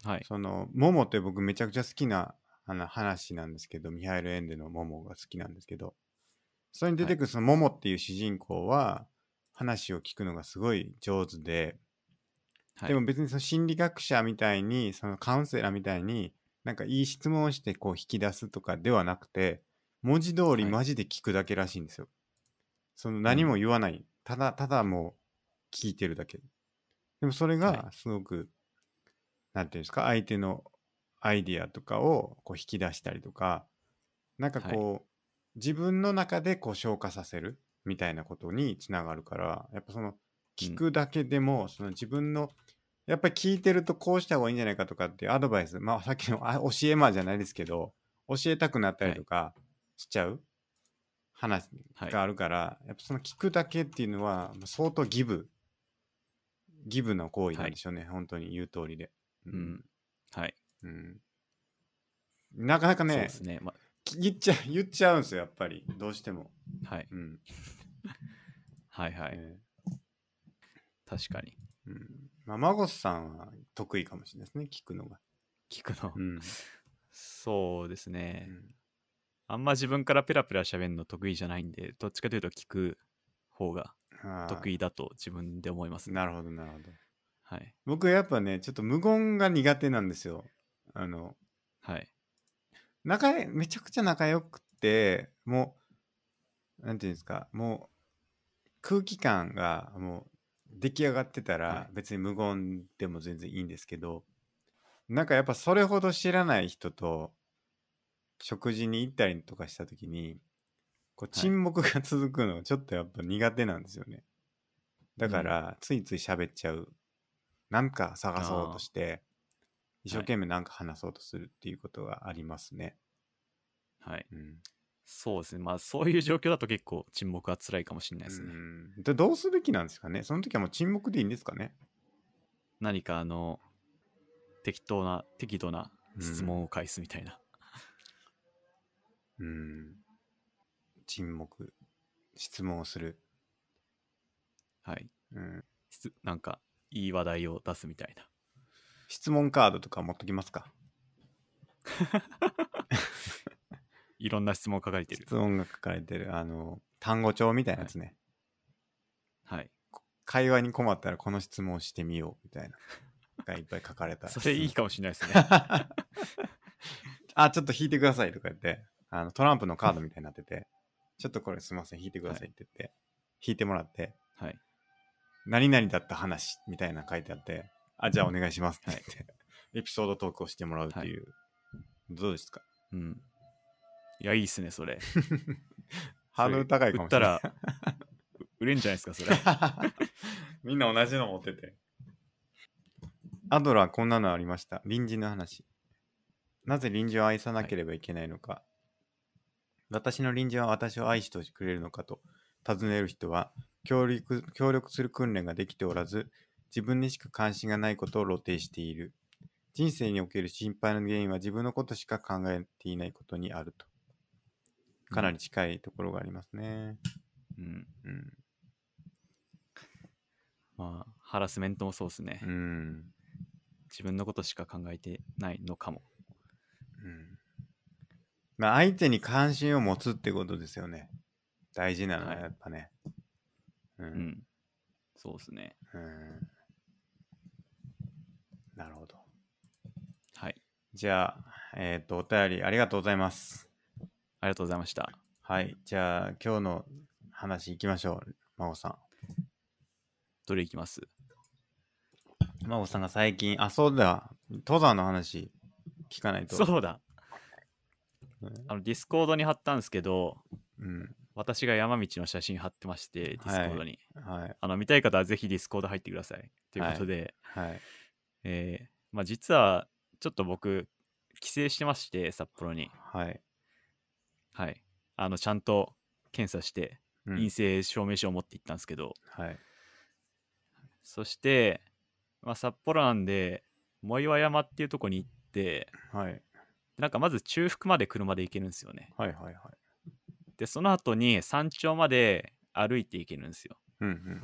はい、
その、モモって僕めちゃくちゃ好きなあの話なんですけど、ミハイル・エンデのモモが好きなんですけど、それに出てくるそのモモっていう主人公は、話を聞くのがすごい上手で、
はい
でも別にその心理学者みたいにそのカウンセラーみたいになんかいい質問をしてこう引き出すとかではなくて文字通り
はい
マジで聞くだけらしいんですよ。その何も言わない、ただただもう聞いてるだけ。でもそれが
は
すごく、なんていうんですか相手のアイディアとかをこう引き出したりとかなんかこう、自分の中でこう消化させるみたいなことにつながるからやっぱその聞くだけでも、その自分のやっぱり聞いてるとこうした方がいいんじゃないかとかっていうアドバイスまあさっきのあ教えまじゃないですけど教えたくなったりとかしちゃう話
はい
があるから、やっぱその聞くだけっていうのはまあ相当ギブギブの行為なんでしょうね、本当に言う通りで。
うんはい、
うんなかなか
そう
ね
ですね、ま
言っちゃ言っちゃうんですよやっぱりどうしても、
はい、
うん
はいはい、
え
確かに
ーうんまあ、マゴスさんは得意かもしれないですね聞くのが、
聞くの、
うん
そうですね、
うん
あんま自分からペラペラ喋るの得意じゃないんでどっちかというと聞く方が
あー
得意だと自分で思いますね。
なるほどなるほど
はい
僕やっぱねちょっと無言が苦手なんですよあの
はい
仲いめちゃくちゃ仲良くてもうなんていうんですかもう空気感がもう出来上がってた
は
ら別に無言でも全然いいんですけど、なんかやっぱそれほど知らない人と食事に行ったりとかした時にこう
はい
沈黙が続くのちょっとやっぱ苦手なんですよね、だからついつい喋っちゃうなんか探そうとして一生懸命なんか話そうとするっていうことがありますね、
はい
うん
そうですねまあそういう状況だと結構沈黙は辛いかもしれないですね。
うんでどうすべきなんですかねその時はもう沈黙でいいんですかね
何かあの適当な適度な質問を返すみたいな、
うん沈黙質問をする、
はい
うん、
質なんかいい話題を出すみたいな
質問カードとか持っときますか
いろんな質問書かれてる
質。問が書かれてるあの単語帳みたいなやつね、
はい。
会話に困ったらこの質問をしてみようみたいながいっぱい書かれた
それいいかもしれないです ね。
あちょっと引いてくださいとか言ってあのトランプのカードみたいになっててちょっとこれすいません引いてくださいって言って、引いてもらって
はい。
何々だった話みたいなの書いてあってあじゃあお願いしますって言って、エピソードトークをしてもらうっていう、どうですか
うん。いや、いいっすね、それ。
ハードル高いかもしれない
売ったら、売れんじゃないですか、それ。
みんな同じの持ってて。アドラーこんなのありました。隣人の話。なぜ隣人を愛さなければいけないのか。私の隣人は私を愛してくれるのかと尋ねる人は協力、協力する訓練ができておらず、自分にしか関心がないことを露呈している。人生における心配の原因は自分のことしか考えていないことにあると。かなり近いところがありますね。
うん。
うん。
まあ、ハラスメントもそうですね
う。ん。
自分のことしか考えてないのかも。
うんまあ、相手に関心を持つってことですよね。大事なのは
はい
やっぱね。う。
うんん。そうですね。
うん。なるほど。
はい。
じゃあ、えっ、と、お便りありがとうございます。
ありがとうございました。
はい。じゃあ、今日の話いきましょう。真帆さ
どれいきます
ん。真帆さんが最近、あ、そうだ。登山の話聞かないと。
そうだ。
ね
あの、ディスコードに貼ったんですけど、
うん。
私が山道の写真貼ってまして、ディスコードに。
はい。
あの、見たい方はぜひディスコード入ってください。ということで、
はい。
えーまあ実は、ちょっと僕、帰省してまして、札幌に。
はい。
はい。あの、ちゃんと検査して、
うん
陰性証明書を持って行ったんですけど、
はい。
そして、まあ、札幌なんで、藻岩山っていうとこに行って、
はい。
なんかまず中腹まで車で行けるんですよね。
はい。はい。はい。
で、その後に山頂まで歩いて行けるんですよ。
うん。うん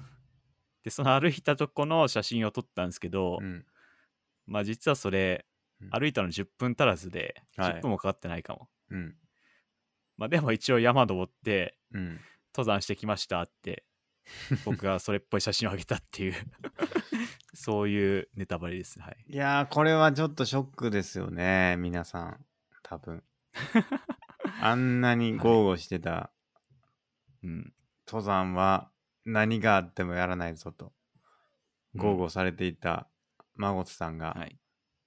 で、その歩いたとこの写真を撮ったんですけど、
うん。
まあ実はそれ
うん、
歩いたの10分足らずで、
はい
10分もかかってないかも。
うん。
まあでも一応山登って、
うん。
登山してきましたって、 僕がそれっぽい写真をあげたっていう、そういうネタバレですね。はい。
いやー、これはちょっとショックですよね、皆さん。多 分。あんなに豪語してた
うん。
登山は何があってもやらないぞと、豪語されていた孫さん
は
が、
い。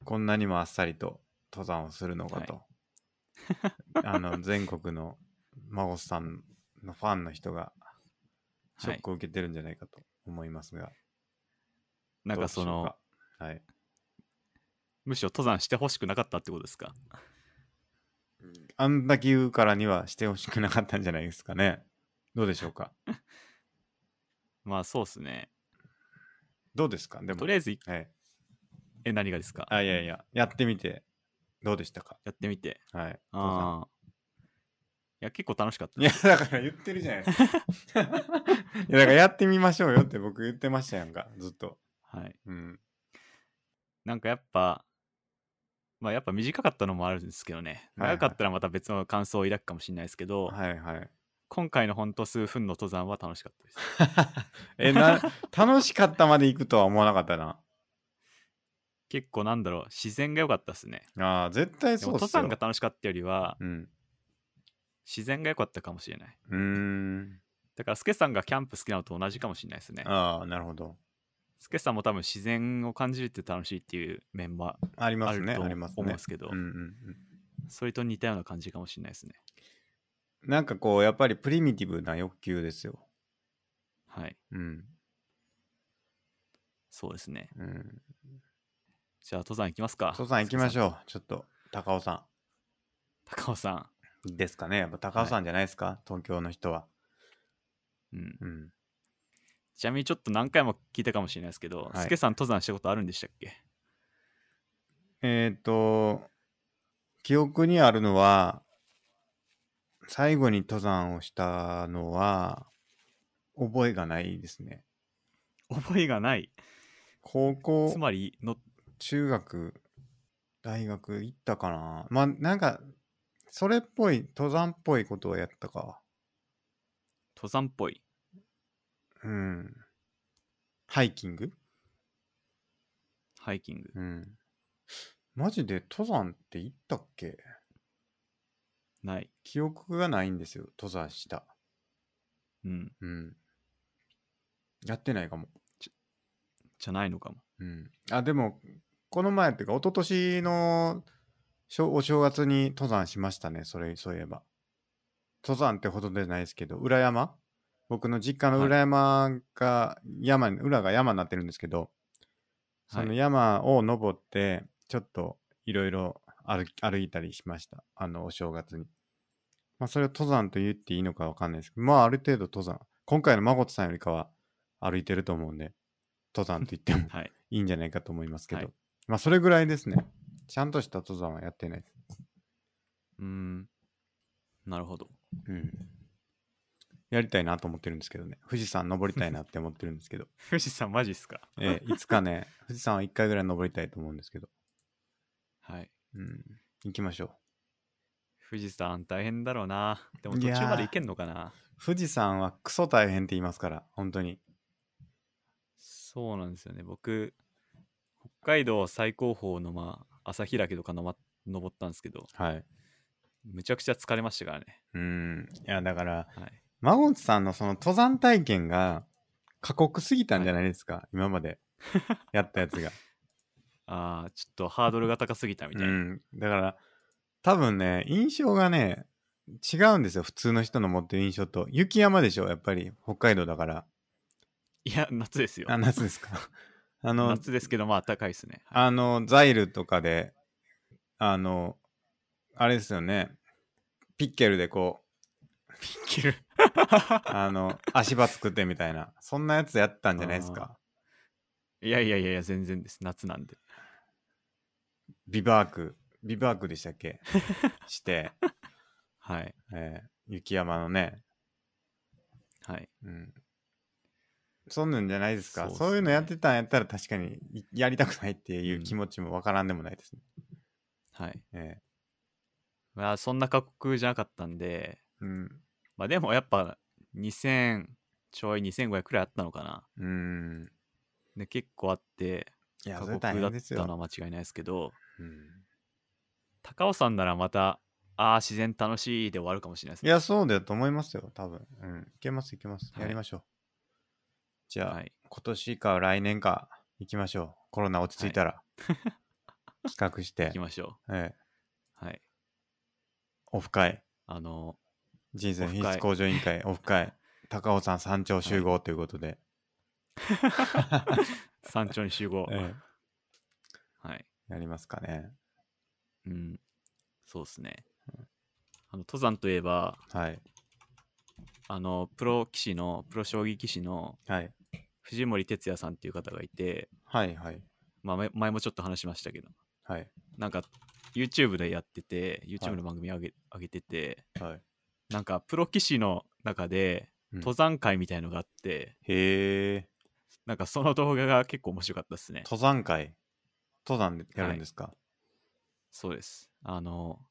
こんなにもあっさりと登山をするのかと。 あの、全国の孫さんのファンの人がショックを受けてるんじゃないかと思いますが。
なん
どう
か
でしょ
そうの、
はい。
むしろ登山してほしくなかったってことですか
あんだけ言うからにはしてほしくなかったんじゃないですかね。どうでしょうか。
まあそうですね
どうですかでも。
とりあえずい
はい、
え何がですか
あ、いやいや、やってみて、どうでしたか
やってみて
はい。
ああいや結構楽しかった
いや、だから言ってるじゃないです か。いや、だからやってみましょうよって僕言ってましたやんか、ずっと。
はい
うん。
なんかやっぱまあやっぱ短かったのもあるんですけどね
はいはい
長かったらまた別の感想を抱くかもしれないですけど、
はいはい。
今回のほんと数分の登山は楽しかったです
え、 な、楽しかったまで行くとは思わなかったな。
結構なんだろう自然が良かったですね
ああ、絶対
で
そ
も
うっすよ。
登山が楽しかったよりは
うん。
自然が良かったかもしれないう
ーん。
だからスケさんがキャンプ好きなのと同じかもしれないですね
ああ、なるほど。
スケさんも多分自然を感じるって楽しいっていう面は
ありま
あ
す
る
ね、
と
あ
思
りますね。
うんですけど、
うんうんうん。
それと似たような感じかもしれないですね。
なんかこう、やっぱりプリミティブな欲求ですよ。
はい、
うん。
そうですね。
うん。
じゃあ登山行きますか。
父さん行きまし
う。
ょう。ちょっと、高尾さ
高尾さ
ん。ですかね。やっぱ高尾さんじゃないですか、東京の人は。
ん。うん、
うん。
ちなみにちょっと何回も聞いたかもしれないですけど
は、い
スケさん登山したことあるんでしたっけ
えっ、と、記憶にあるのは、最後に登山をしたのは、覚えがないですね。
覚えがない。
高校
つ、まりの、
中学、大学行ったかな。まあ、なんか、それっぽい、登山っぽいことはやったか。
登山っぽい。
うん。ハイキング
ハイキング。
うん。マジで登山って行ったっけ
ない。
記憶がないんですよ、登山した。
うん。
うん。やってないかも。
じゃないのかも。
うん。あ、でも、この前っていうか、一昨年のしょお正月に登山しましたね、それ、そういえば。登山ってほどでないですけど、裏山僕の実家の
はい
裏山が山に、裏が山になってるんですけど、その
はい。
山を登って、ちょっといろいろ歩き歩いたりしました。あの、お正月に。まあ、それを登山と言っていいのかわかんないですけど、まあ、ある程度登山。今回のまことさんよりかは歩いてると思うんで、登山と言っても
はい。
いいんじゃないかと思いますけど、
はい
まあそれぐらいですね。ちゃんとした登山はやってないです。
うーん。なるほど。
うん。やりたいなと思ってるんですけどね。富士山登りたいなって思ってるんです けど、
富士山マジっすか
えーいつかね、富士山は1回ぐらい登りたいと思うんですけど、
はい。
うん。行きましょう。
富士山大変だろうな。でも
い
途
やー
中まで行けんのかな
富士山はクソ大変って言いますから、本当に。
そうなんですよね。僕、北海道最高峰の、まあ、朝日岳とかの、ま、登ったんですけど、
はい。
むちゃくちゃ疲れましたからね。
うん。いや、だから、
はい。
マゴンツさんのその登山体験が過酷すぎたんじゃないですか、今までやったやつが。
ああ、ちょっとハードルが高すぎたみたいな。
うん、だから多分ね印象がね違うんですよ普通の人の持ってる印象と雪山でしょやっぱり北海道だから
いや、夏ですよ。
あ夏です かあの
夏ですけど、まあ、高いですね。はい
あのザイルとかであのあれですよねピッケルでこう
切る
あの足場作ってみたいなそんなやつやったんじゃないですか
いやいやいやいや、全然です。夏なんで。
ビバークビバークでしたっけして、
はい。
えー雪山のね
はい。
うん。そんなんじゃないですか。
そう
そ
っ
う
すね
いうのやってたんやったら確かにいやりたくないっていう気持ちもわからんでもないですね。
はい。
ええ
まあ、そんな過酷じゃなかったんで、
うん。
まあでもやっぱ2000ちょい2500くらいあったのかな。
うん。
で結構あって
いや、
過
そ
酷
れ
だ
大
っ
変です
た
よ。
のは間違いないですけど、
うん
高尾山ならまた、ああ、自然楽しいで終わるかもしれないです
い
ね。
や、そうだと思いますよ、多分。うん。いけます、いけます。
はい
やりましょう。じゃあ、
はい。
今年か来年か行きましょう。コロナ落ち着いたら。 企画して
行き、ましょ
ええ、
う。はい。
オフ会、
あの、
人生
オフ
品
会
質向上委員会、オフ 会、高尾山山頂集合ということで。
山頂に集合。
え
はい。
えやりますかね。
うん。そうですね。あの登山といえば、
はい。
あの、プロ棋士の、プロ将棋棋士の
はい。
藤森哲也さんっていう方がいて、
はいはい。
まあ、前前もちょっと話しましたけど、
はい。
なんか YouTube でやってて YouTube の番組上げ,、上げてて
はい。
なんかプロ棋士の中で
うん
登山会みたいのがあって、
へえ。
なんかその動画が結構面白かったですね
登山会。登山でやるんですか、
そうですあの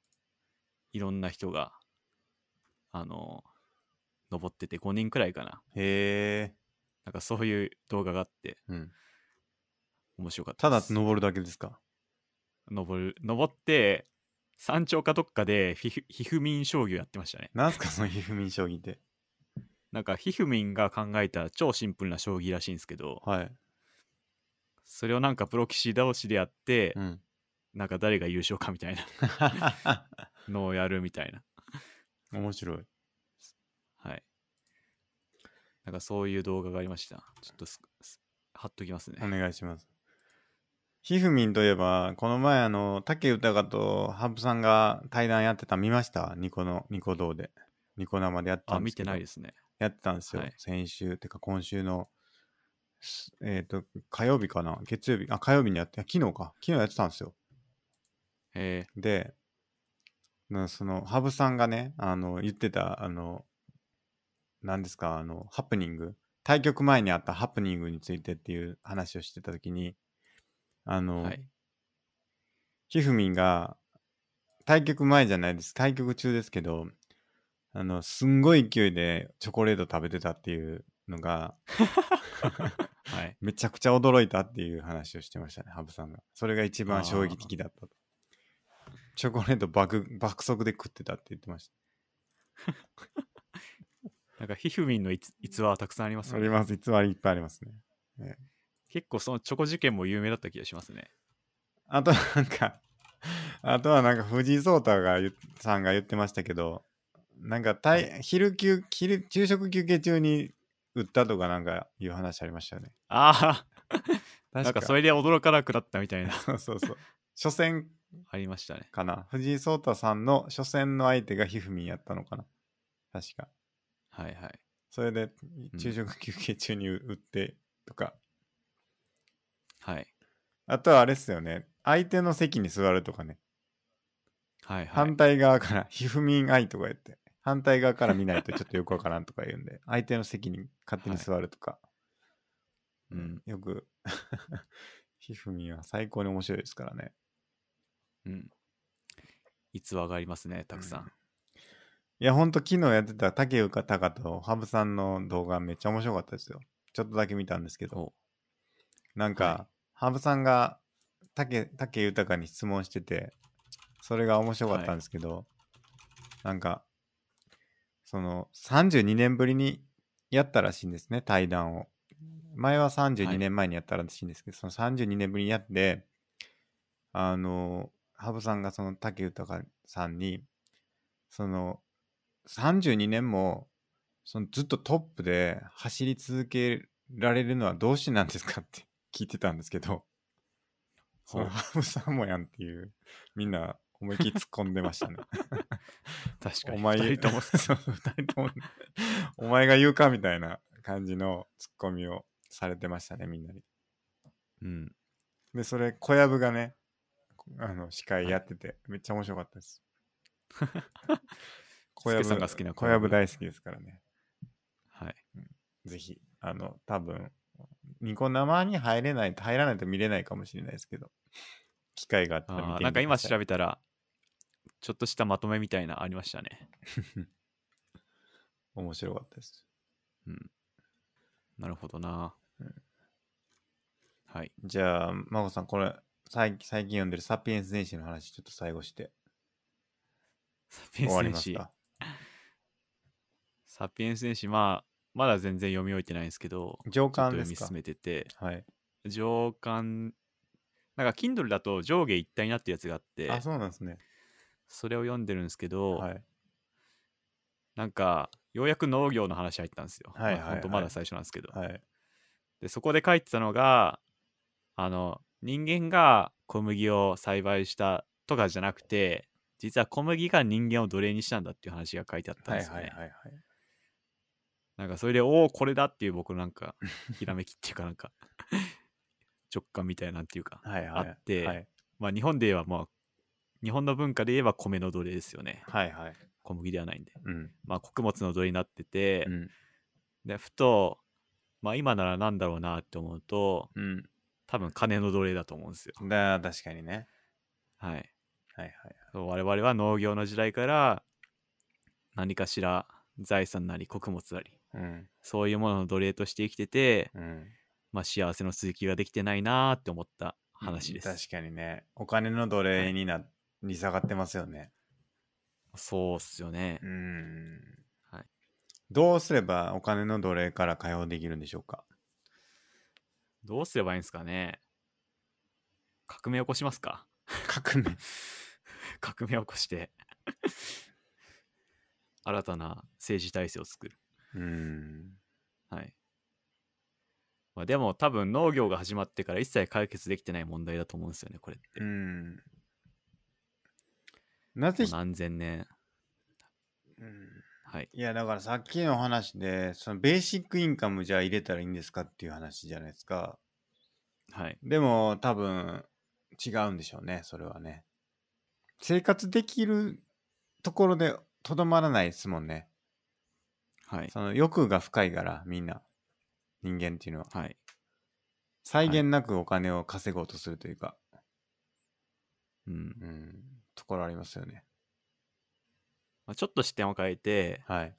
いろんな人があの登ってて5人くらいかな
へえ。
なんかそういう動画があって
うん。
面白かった
だ
です
登るだけですか
登る登って山頂かどっかでひふひふみん将棋をやってましたね
なんすか そのひふみん将棋って。
なんかひふみんが考えた超シンプルな将棋らしいんですけど
はい。
それをなんかプロ棋士倒しでやって、
うん。
なんか誰が優勝かみたいな のをやるみたいな。
面白い。
はい。なんかそういう動画がありました。ちょっとすす貼っときますね。
お願いします。ひふみんといえば、この前、あの、竹豊とハブさんが対談やってた、見ましたニコの、ニコ動で。ニコ生でやってた
あ、
んで
見
すけ
て
ど。
ないですね。
やってたんですよ。
はい
先週ってか今週の、すえっ、と、火曜日かな月曜日あ、火曜日にやって、昨日か。昨日やってたんですよ。
え
で、なその、羽生さんがね、あの、言ってた、あの、何ですか、あの、ハプニング、対局前にあったハプニングについてっていう話をしてたときに、あ
ー
の、
はい。
ひふみんが、対局前じゃないです。対局中ですけど、あの、すんごい勢いでチョコレート食べてたっていうのが、
はい。
めちゃくちゃ驚いたっていう話をしてましたね、羽生さんが。それが一番衝撃的だったと。チョコレート爆爆速で食ってたって言ってまし
なんか、ひふみんの逸逸話はたくさんあります
た。あ
よね
ります。逸話いっぱいありますね。
結構そのチョコ事件も有名だった気がしますね。
あとなんか、 あとはなんか藤井聡太が言っさんが言ってましたけど、なんかたい昼休昼、昼食休憩中に打ったとかなんかいう話ありましたよね。
ああ、
確
なんかそれで驚かなくなったみたいな、
そうそうそう。初戦
ありましたね。
かな。藤井聡太さんの初戦の相手がひふみんやったのかな。確か。
はいはい。
それで
うん
昼食休憩中に打ってとか。
はい。
あとはあれっすよね。相手の席に座るとかね。
はいはい
反。対側から、 ひふみん愛とか言って、反対側から見ないとちょっとよくわからんとか言うん で、相手の席に勝手に座るとか、
うん。
よく、 ひふみんは最高に面白いですからね。
うん。逸話がありますね、たくさ。
うんいや、ほんと昨日やってた竹岡隆と羽生さんの動画めっちゃ面白かったですよ。ちょっとだけ見たんですけど、
お
なんか、羽生さんが竹竹豊に質問してて、それが面白かったんですけど、なんか、その32年ぶりにやったらしいんですね、対談を。前は
は
32
い
年前にやったらしいんですけど、その32年ぶりにやって、あの、羽生さんがその竹豊さんに、その、32年も、そのずっとトップで走り続けられるのはどうしてなんですかって 聞いてたんですけど、そ
ほ
の
う
ハムさんもやんっていう、みんな思いっきり突っ込んでましたね。
確か
お
に。
前、
二人と も
そう二人と もお前が言うかみたいな感じの突っ込みをされてましたね、みんなに。
うん。
で、それ、小籔がね、あの、司会やってて、めっちゃ面白かった です。小
助さんが好きな
小
小
籔
籔
大好きですからね。
はい。
ぜひ、あの、多分、ニコ生に入れない、入らないと見れないかもしれないですけど、機会があったら見てみ
あ
て
ーなんか
くだ
今
さい
調べたら、ちょっとしたまとめみたいなありましたね。
面白かったです。
うん。なるほどな。
うん
はい。
じゃあ、まこさん、これ、最近最近読んでるサピエンス全史の話、ちょっと最後して
サピ
終
エンス
わり
電
ます
子。
か。
サピエンス電子、まあ、まだ全然読み終えてないんですけど、
上
ちょっと
巻で
読み
すか
進めてて、
はい。
上巻、なんか Kindle だと上下一体になってるやつがあって、
あ、そうなんですね。
それを読んでるんですけど、
はい。
なんか、ようやく農業の話入ったんですよ。
はいはい
まあほんと
はい
まだ最初なんですけど。
はい。
で、そこで書いてたのが、あの、人間が小麦を栽培したとかじゃなくて、実は小麦が人間を奴隷にしたんだっていう話が書いてあったん
はい
ですよ
は
ね。
いはいはい。
なんかそれで、おお、これだっていう僕のなんか、ひらめきっていうかなんか、 直感みたいなんていうか、
はいはい。
あって
はい
まあ日本で言えばまあ、日本の文化で言えば米の奴隷ですよね。
はいはい。
小麦ではないんで。
うん。
まあ穀物の奴隷になってて、
うん。
で、ふと、まあ今ならなんだろうなって思うと、
う
多分金の奴隷だと思うんですよ。
ん。だ確かにね。
はい。
はいはい。
そう我々は農業の時代から、何かしら財産なり穀物なり、
うん。
そういうものの奴隷として生きてて、
うん。
まあ幸せの続きができてないなーって思った話です。
確かにね。お金の奴隷にな、に下がってますよね。
そうっすよね
う。ん。
はい。
どうすればお金の奴隷から解放できるんでしょうか
どうすればいいんですかね革命起こしますか
革命。
革命起こして、新たな政治体制を作る。
うん。
はい。まあでも多分農業が始まってから一切解決できてない問題だと思うんですよね、これって。
う
も
ん。なぜ
う
ひ、
何千年。
うん
はい。
いやだからさっきの話でそのベーシックインカムじゃあ入れたらいいんですかっていう話じゃないですか
はい。
でも多分違うんでしょうねそれはね生活できるところでとどまらないですもんね
はい。
その欲が深いからみんな人間っていうのは
はい。
際限なくお金を稼ごうとするというか、
うん
うん、ところありますよね。
まあ、ちょっと視点を変えて
はい。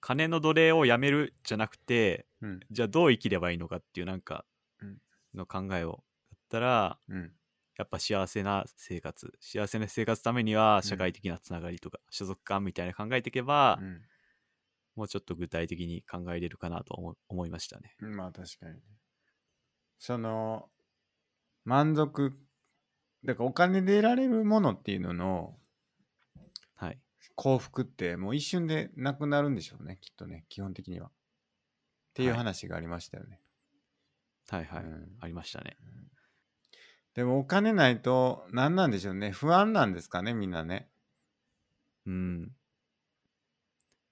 金の奴隷をやめるじゃなくて
うん。
じゃあどう生きればいいのかっていうなんか
うん
の考えをだったら
うん。
やっぱ幸せな生活幸せな生活のためには
うん
社会的なつながりとか所属感みたいなの考えていけば、
う
もうちょっと具体的に考えれるかなと思思いましたね。
ん、まあ確かにね。その、満足、だからお金で得られるものっていうのの
はい、
幸福ってもう一瞬でなくなるんでしょうね、きっとね、基本的には。っていう
はい
話がありましたよね。
はいはい、
うん
ありましたね。
でもお金ないと何なんでしょうね、不安なんですかね、みんなね。
うん。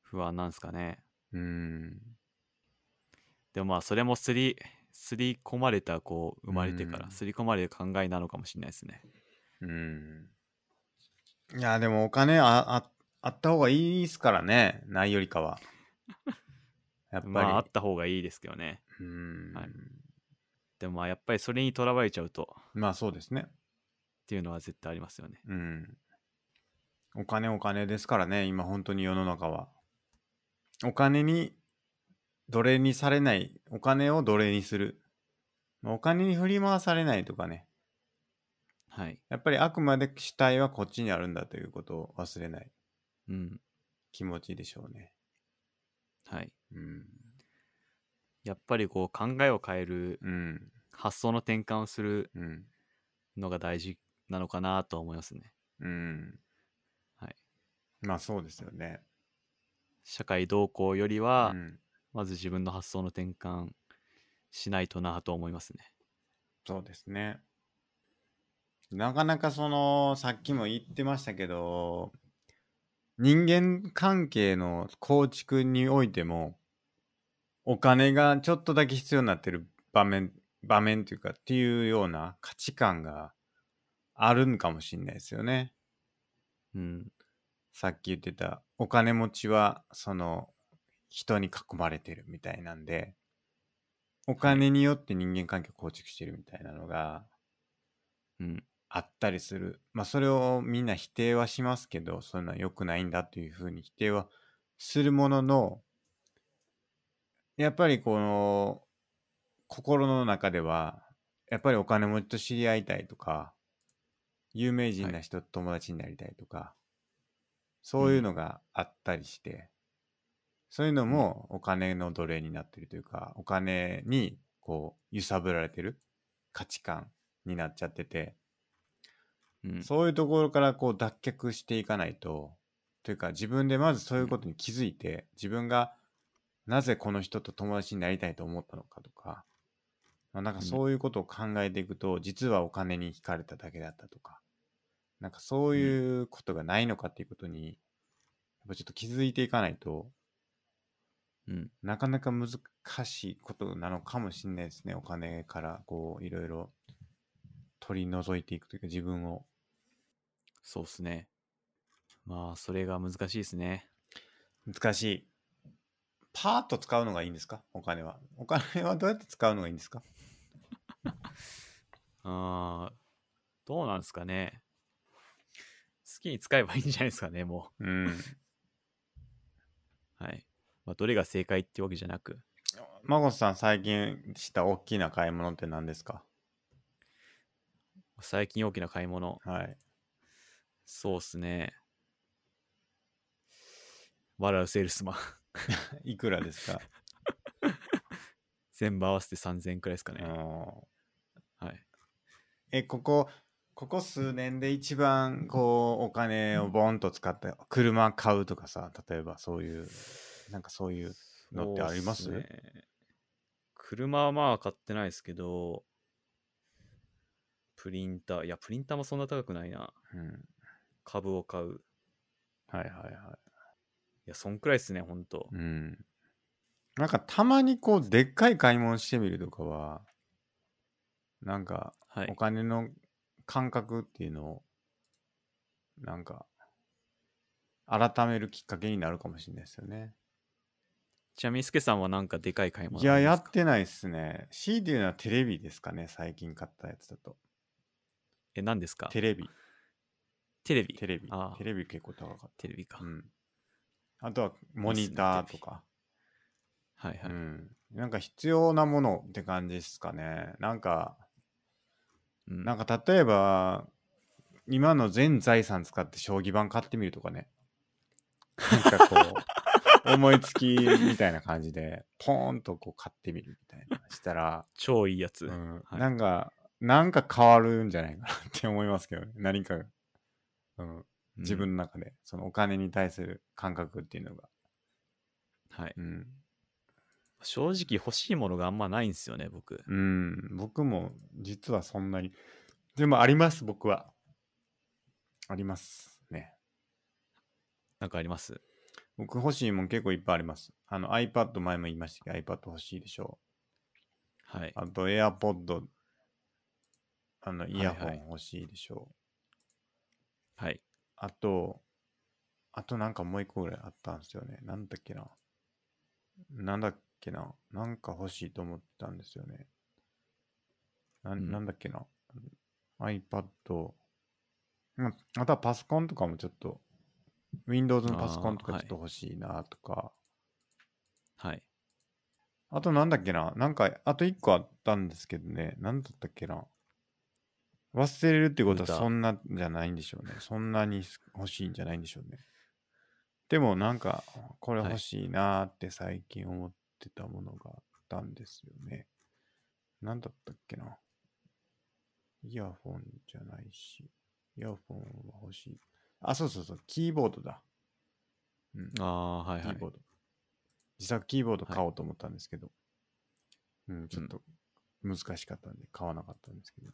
不安なんですかね。
うん。
でもまあそれもすり、すり込まれたこう生まれてか
う
ら
ん
すり込まれる考えなのかもしれないですね。
うん。いや、でもお金あああった方がいいっすからね、ないよりかは。やっぱり。
まああった方がいいですけどね。
うん、
はいでもまあやっぱりそれにとらわれちゃうとっ
まあそうですね。
ていうのは絶対ありますよね。
うん。お金お金ですからね、今本当に世の中は。お金に奴隷にされない、お金を奴隷にする。まあお金に振り回されないとかね。
はい。
やっぱりあくまで主体はこっちにあるんだということを忘れない
うん。
気持ちでしょうね。
はい。
うん。
やっぱりこう考えを変える
うん。
発想の転換をする
うん。
のが大事なのかなと思いますね。
うん。
はい。
まあそうですよね。
社会動向よりは、
うん、
まず自分の発想の転換しないとなと思いますね。
そうですね。なかなかその、さっきも言ってましたけど、人間関係の構築においても、お金がちょっとだけ必要になってる場面、場面というか、っていうような価値観があるんかもしれないですよね。
うん。
さっき言ってた、お金持ちは、その、人に囲まれてるみたいなんで、お金によって人間関係を構築してるみたいなのが、
うん。
あったりする。まあそれをみんな否定はしますけど、そういうのは良くないんだというふうに否定はするものの、やっぱりこの心の中では、やっぱりお金持ちと知り合いたいとか、有名人な人と友達になりたいとか、そういうのがあったりして、そういうのもお金の奴隷になってるというか、お金にこう揺さぶられてる価値観になっちゃってて、
うん。
そういうところからこう脱却していかないと、というか自分でまずそういうことに気づいて、自分がなぜこの人と友達になりたいと思ったのかとか、まあ、なんか
うん
そういうことを考えていくと、実はお金に惹かれただけだったとか、なんかそういうことがないのかっていうことに、やっぱちょっと気づいていかないと、
うん。
なかなか難しいことなのかもしれないですね。お金からこういろいろ取り除いていくというか自分を。
そうっすね。まあ、それが難しいですね。
難しい。パーッと使うのがいいんですかお金は。お金はどうやって使うのがいいんですか
あーどうなんですかね。好きに使えばいいんじゃないですかね、も
うん。
う。はい。まあ、どれが正解ってわけじゃなく。
マゴさん最近した大きな買い物って何ですか
最近大きな買い物。
はい。
そうっすね。笑うセールスマン。
いくらです か
全部合わせて3000円くらいですか
あ
ね。
の
はい。
え、ここ、ここ数年で一番こうお金をボンと使って車買うとかさ、例えばそういう、なんかそういう。のってあります
そうっね車はまあ買ってないですけど、プリンター、いや、プリンターもそんな高くないな。
うん。
株を買う。い
はいはいはい。
や、そんくらいですね、ほんと。
うん。なんかたまにこうでっかい買い物してみるとかは、なんか
は
お
い。
金の感覚っていうのをなんか改めるきっかけになるかもしれないですよね。
ちなみに、すけさんはなんかでかい買い物
いや
ありま
や
す
っ
か
てないっすね。C っていうのはテレビですかね最近買ったやつだと。
え、何ですか
テレビ。
テレビ。
テレビ
あー。
テレビ結構高かっ
テレビか。
た。うん。あとは、モニターとか。
はいは
う
い。
ん。なんか必要なものって感じですかね。なんか、
うん
なんか例えば、今の全財産使って将棋盤買ってみるとかね。なんかこう、思いつきみたいな感じで、ポーンとこう買ってみるみたいなしたら、
超いいやつ。
うん
はい
なんか、なんか変わるんじゃないかなって思いますけどね。何かが、うん、自
うん
分の中で、そのお金に対する感覚っていうのが。
はい。
うん。
正直欲しいものがあんまないんですよね、僕。
うん、僕も実はそんなに。でもあります、僕は。ありますね。
なんかあります
僕欲しいもん結構いっぱいあります。あの iPad 前も言いましたけど iPad 欲しいでしょ
はい。
あと AirPod、あのイヤホ
はいは
ン欲しいでしょ
はい。
あと、あとなんかもう一個ぐらいあったんですよね。なんだっけな。なんだっけな。なんか欲しいと思ってたんですよね。な,、
うん
ん、なんだっけな。iPad、うんあとはパソコンとかもちょっと、Windows のパソコンとか
あー
ちょっと欲しいなとか。
はい。
あとなんだっけななんか、あと一個あったんですけどね。なんだったっけな忘れるってことは
歌
そんなんじゃないんでしょうね。そんなに欲しいんじゃないんでしょうね。でもなんか、これ
はい
欲しいなーって最近思ってたものがあったんですよね。なんだったっけなイヤホンじゃないし、イヤホンは欲しい。あ、そうそうそう、キーボードだ。うん、
ああ、はい
キ
は
ー
い。
ボード。自作キーボード
はい
買おうと思ったんですけど、うん、ちょっと難しかったんで買わなかったんですけどね。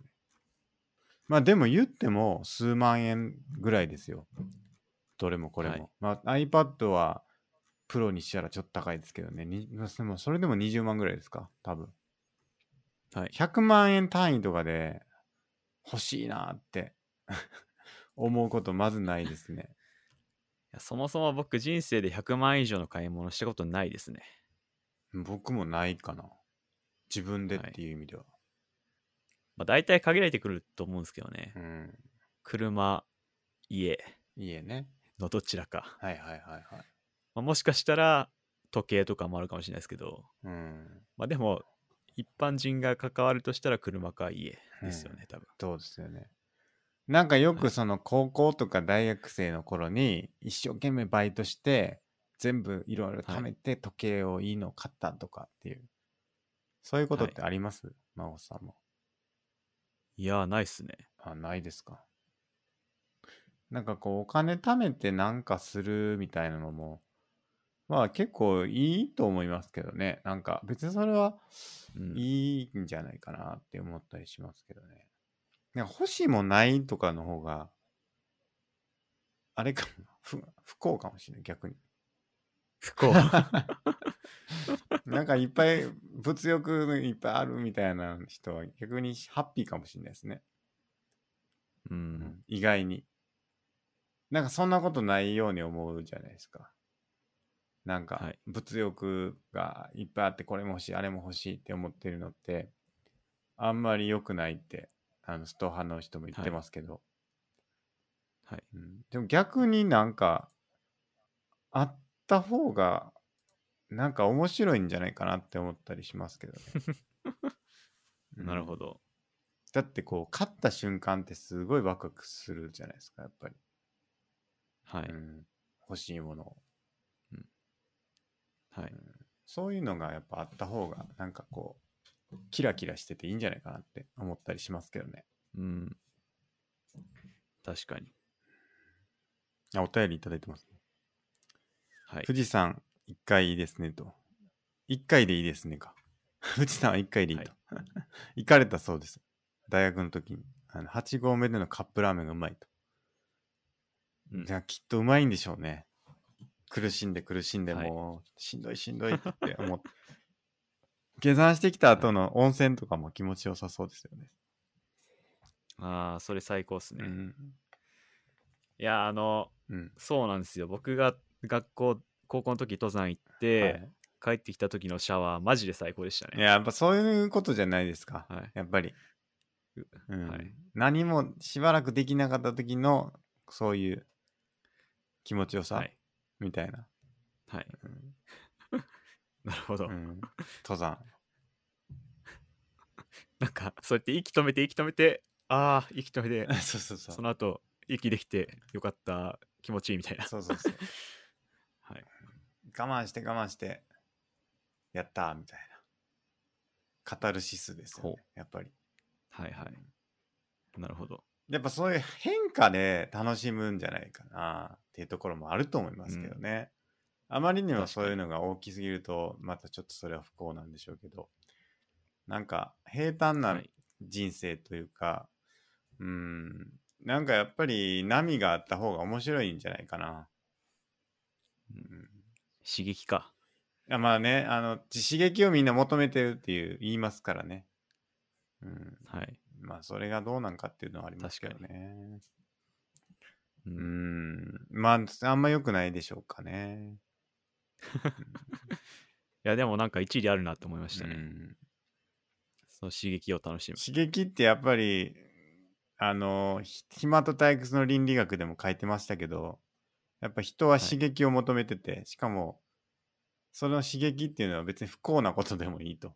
まあでも言っても数万円ぐらいですよ。どれもこれも。
はい
まあ iPad はプロにしたらちょっと高いですけどね。にでもそれでも20万ぐらいですか多分。
はい。
100万円単位とかで欲しいなーって 思うことまずないですね。
いやそもそも僕人生で100万円以上の買い物したことないですね。
僕もないかな。自分でっていう意味では。
まあ大体限られてくると思うんですけどね。
うん。
車、家
家ね。
のどちらか。
はいはいはいはい。
まあ、もしかしたら時計とかもあるかもしれないですけど、
うん。
まあでも一般人が関わるとしたら車か家ですよね、多分。
そうですよね。なんかよ
は
く
い
その高校とか大学生の頃に一生懸命バイトして全部いろいろ貯めて時計をいいの買ったとかっていう、そういうことってあります、真帆さんも。
いやー、ないっすね。
あ、ないですか。なんかこうお金貯めてなんかするみたいなのもまあ結構いいと思いますけどね。なんか別にそれは
うん
いいんじゃないかなって思ったりしますけどね。なんか欲しいもんないとかの方が、あれかもな不、不幸かもしれない、逆に。
不幸。はい
なんかいっぱい 物欲のいっぱいあるみたいな人は逆にハッピーかもしれないですね。
う。
うんん意外に。なんかそんなことないように思うじゃないですか。なん
は
か
い
物欲がいっぱいあってこれも欲しいあれも欲しいって思ってるのってあんまり良くないってあのスト派の人も言ってますけど、
はい。
うん、でも逆になんかあった方がなんか面白いんじゃないかなって思ったりしますけどね。うん
なるほど。
だってこう勝った瞬間ってすごいワクワクするじゃないですかやっぱり。。
はいう
ん、欲しいものを
はい。
そういうのがやっぱあった方がなんかこうキラキラしてていいんじゃないかなって思ったりしますけどね
うん。確かに。
あお便りいただいてます、
はい。
富士山1回いいですねと1回でいいですねか 富士山は1回でいいと、 行かれたそうです大学の時にあの8合目でのカップラーメンがうまいと
うん
じゃあきっとうまいんでしょうね。苦しんで苦しんで
はい
もうしんどいしんどいって思 って。下山してきた後の温泉とかも気持ちよさそうですよね。
ああ、それ最高っすね。
うん。
いや、あの、
うん。
そうなんですよ。僕が学校、高校の時登山行って、帰ってきた時のシャワー、マジで最高でした
はいい
ね。
や、やっぱそういうことじゃないですか。
はい。
やっぱり。うん
はい
何もしばらくできなかった時のそういう気持ちよさ、
はい。
みたいな、
はい。
うん
なるほど。
うん登山、
なんか、そうやって息止めて、息止めて、ああ、息止めて
そうそうそう
その後、息できてよかった、気持ちいいみたいな。
そうそうそう
はい。
我慢して我慢してやったーみたいなカタルシスですよ、
ほ
ね、やっぱり
はいはい。なるほど。
やっぱそういう変化で楽しむんじゃないかなっていうところもあると思いますけどね、あまりにもそういうのが大きすぎるとまたちょっとそれは不幸なんでしょうけどなんか平坦
は。
ない人生というか、うんなんかやっぱり波があった方が面白いんじゃないかな、
うん
うん
刺激か。
いやまあねあの刺激をみんな求めてるっていう言いますからねうん
はい。
まあそれがどうなんかっていうのはありますけど
確
ねう
う
んんまああんま良くないでしょうかね
いや、でもなんか一理あるなと思いました
う
ね。
ん
その刺激を楽しむ。
刺激ってやっぱりあのひ暇と退屈の倫理学でも書いてましたけどやっぱ人は刺激を求めてて、しかもその刺激っていうのは別に不幸なことでもいいと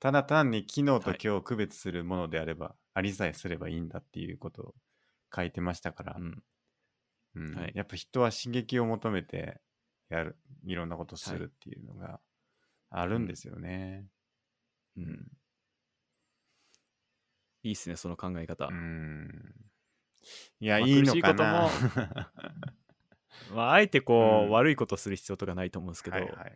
ただ単に昨日と
はい
今日を区別するものであれば、ありさえすればいいんだっていうことを書いてましたから、
うん。
うん
はい
やっぱ人は刺激を求めてやるいろんなことするっていうのがあるんですよね。
うん。いいっすね、その考え方。
うんいや、
まあ
いいのかな。
苦しまあ、あえてこう、
うん
悪いことする必要とかないと思うんですけど、
はいはいは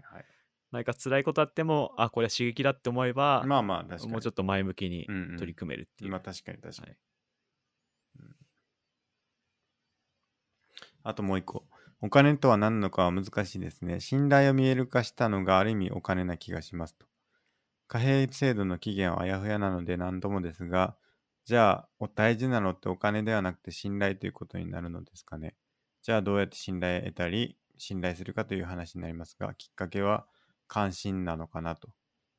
なんか辛いことあっても、あ、これは刺激だって思えば
い。、まあまあ、確かに。
もうちょっと前向きに
うんうん
取り組めるっていう。
まあ確かに確かに。
はい
あともう一個。お金とは何なのかは難しいですね。信頼を見える化したのがある意味お金な気がしますと。貨幣制度の起源はあやふやなので何度もですが、じゃあお大事なのってお金ではなくて信頼ということになるのですかね。じゃあどうやって信頼を得たり、信頼するかという話になりますが、きっかけは関心なのかなと。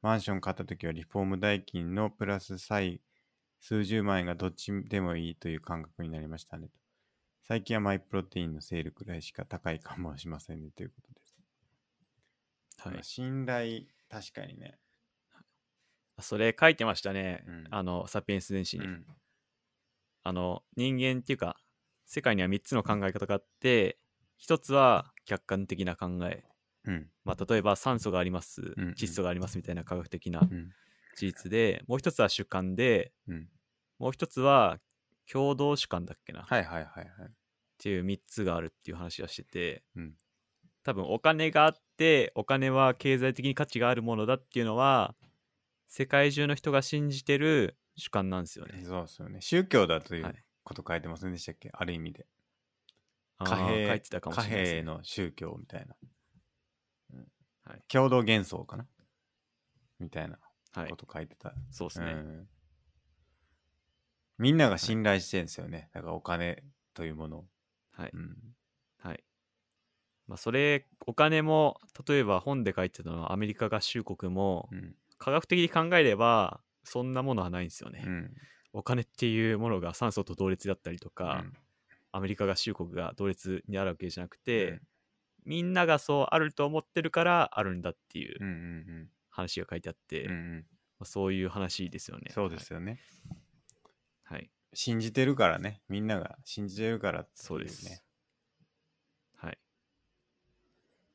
マンション買った時はリフォーム代金のプラス債数十万円がどっちでもいいという感覚になりましたねと。最近はマイプロテインのセールくらいしか高いかもしませんねということです。
はい
まあ信頼、確かにね。
それ書いてましたね、
うん
あのサピエンス電子に、
うん
あの人間っていうか世界には3つの考え方があって一つは客観的な考え、
うん。
まあ、例えば酸素があります
んうん
窒素がありますみたいな科学的な
うん。
事実で、もう一つは主観で
うん。
もう一つは共同主観だっけな、っ
はいはいはいはい。
ていう3つがあるっていう話はしてて、
うん
多分お金があってお金は経済的に価値があるものだっていうのは世界中の人が信じてる主観なんですよね。
そうですよね。宗教だとい
は
う
い
こと書いてませんでしたっけ、ある意味で。
あー
貨幣
書いてたかもしれな
貨
いですね、
幣の宗教みたいな。うん
はい
共同幻想かなみたいな
はい
こ、と書いてた。
そうです
う
ね、
ん、みんなが信頼してるんですよね。だからお金というものを。
はい、
うん
はい。まあ、それ、お金も、例えば本で書いてたのは、アメリカ合衆国も
う、ん
科学的に考えれば、そんなものはないんですよね。
うん
お金っていうものが酸素と同列だったりとか、アメリカ合衆国が同列にあるわけじゃなくて、
うん
みんながそうあると思ってるからあるんだっていう
うんうん
話が書いてあって、
うんうんう
ま
ん
あ、そういう話ですよね。
そうですよね。
はい。はい。
信じてるからね。みんなが信じてるからっていね
そうです。はい。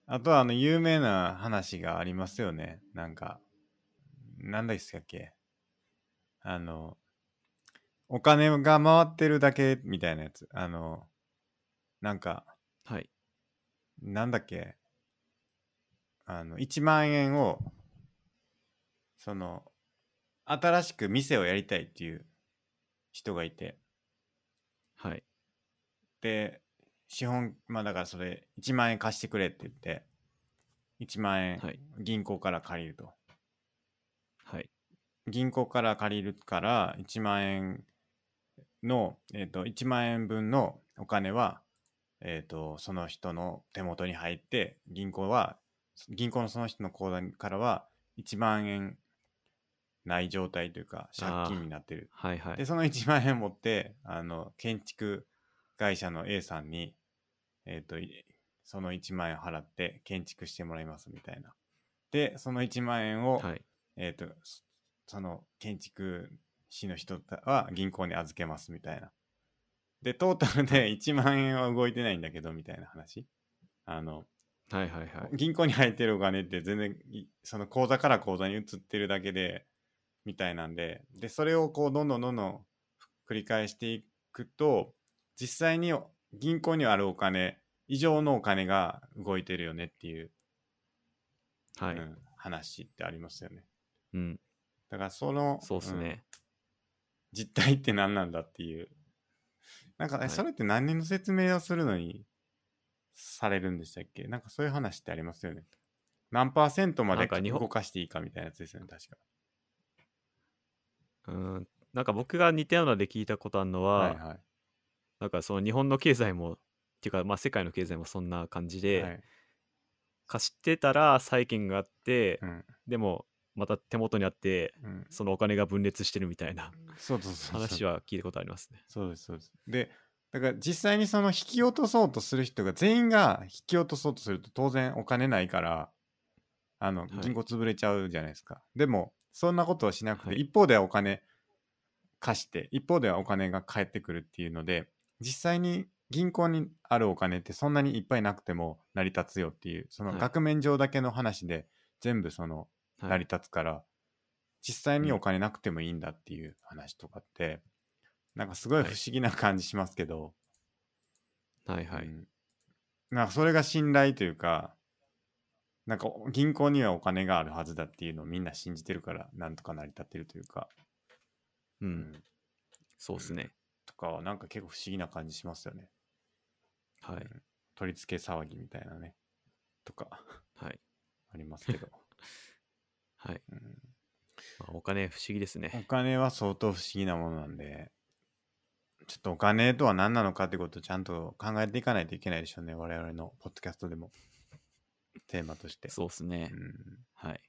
あとはあの有名な話がありますよね。なんか、なんだっけあの、お金が回ってるだけみたいなやつ。あの、なんか、
はい。
なんだっけあの、1万円を、その、新しく店をやりたいっていう人がいて、
はい。
で資本まあだからそれ1万円貸してくれって言って1万円
はい
銀行から借りると、
はい。
銀行から借りるから1万円の、えっと1万円分のお金は、えっとその人の手元に入って銀行は銀行のその人の口座からは1万円ない状態というか借金になってる
はい。はい
で。その1万円持ってあの建築会社の A さんに、えっ、と、いその1万円払って建築してもらいますみたいな。で、その1万円を、
はい。
えっ、と、そその建築士の人たは銀行に預けますみたいな。で、トータルで1万円は動いてないんだけどみたいな話。あの、
はいはいはい。
銀行に入ってるお金って全然いその口座から口座に移ってるだけでみたいなんででそれをこうどんどんどんどん繰り返していくと実際に銀行にあるお金以上のお金が動いてるよねっていう、
は
う
い。
ん話ってありますよね
うん。
だからその
そうっす
うん
ね。
実態って何なんだっていうなんか、え
はい
それって何の説明をするのにされるんでしたっけなんかそういう話ってありますよね何パーセントま
な
で
んか日本
動かしていいかみたいなやつですよね確か
うん。なんか僕が似たようなので聞いたことあるのは、
はいは
なんかその日本の経済も、っていうかまあ世界の経済もそんな感じ
い、
で、
はい
貸してたら債権があって、
うん
でもまた手元にあって、
うん、
そのお金が分裂してるみたいな
そうそうそうそう
話は聞いたことありますね。
そうですそうですでだから実際にその引き落とそうとする人が全員が引き落とそうとすると当然お金ないからあの
い
銀行潰れちゃうじゃないですか、でもそんなことはしなくて、
はい
一方ではお金貸して一方ではお金が返ってくるっていうので実際に銀行にあるお金ってそんなにいっぱいなくても成り立つよっていうその
はい
額面上だけの話で全部その
は
成
い
り立つから、実際に
うん
お金なくてもいいんだっていう話とかって、なんかすごい
は
不
い
思議な感じしますけど、
はいは
う
い。
んなんかそれが信頼というか、なんか銀行にはお金があるはずだっていうのをみんな信じてるから、なんとか成り立ってるというか、
う。
うんん
そうっすね。
とかはなんか結構不思議な感じしますよね。
はい。
取り付け騒ぎみたいなね、とか
はい。
ありますけ ど、
はい。
うん
まあお金不思議です
お
ね。
金は相当不思議なものなんで、ちょっとお金とは何なのかってことをちゃんと考えていかないといけないでしょうね。我々のポッドキャストでも。テーマとして。
そうっすね。はい。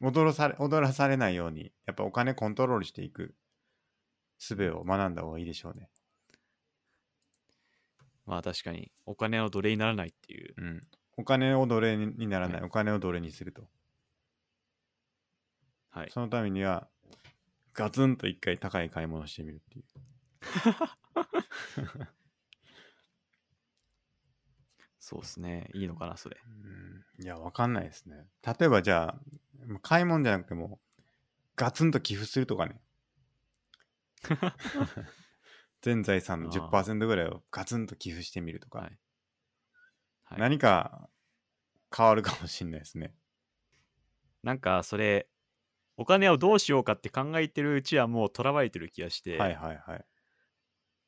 うん、踊らされ踊らされないように、やっぱお金コントロールしていく術を学んだ方がいいでしょうね。
まあ確かに、お金の奴隷にならないっていう。
うん。お金を奴隷にならない。
は
お金を奴隷にすると。
はい。
そのためには、ガツンと一回高い買い物をしてみるっていう。
そうっすね。いいのかな、それ。
うんいや、わかんないですね。例えばじゃあ、買い物じゃなくても、ガツンと寄付するとかね。全財産の
あー
10%ぐらいをガツンと寄付してみるとか、
はい。はい、
何か変わるかもしれないですね。
なんかそれお金をどうしようかって考えてるうちはもうとらわれてる気がして、
はいはいはい。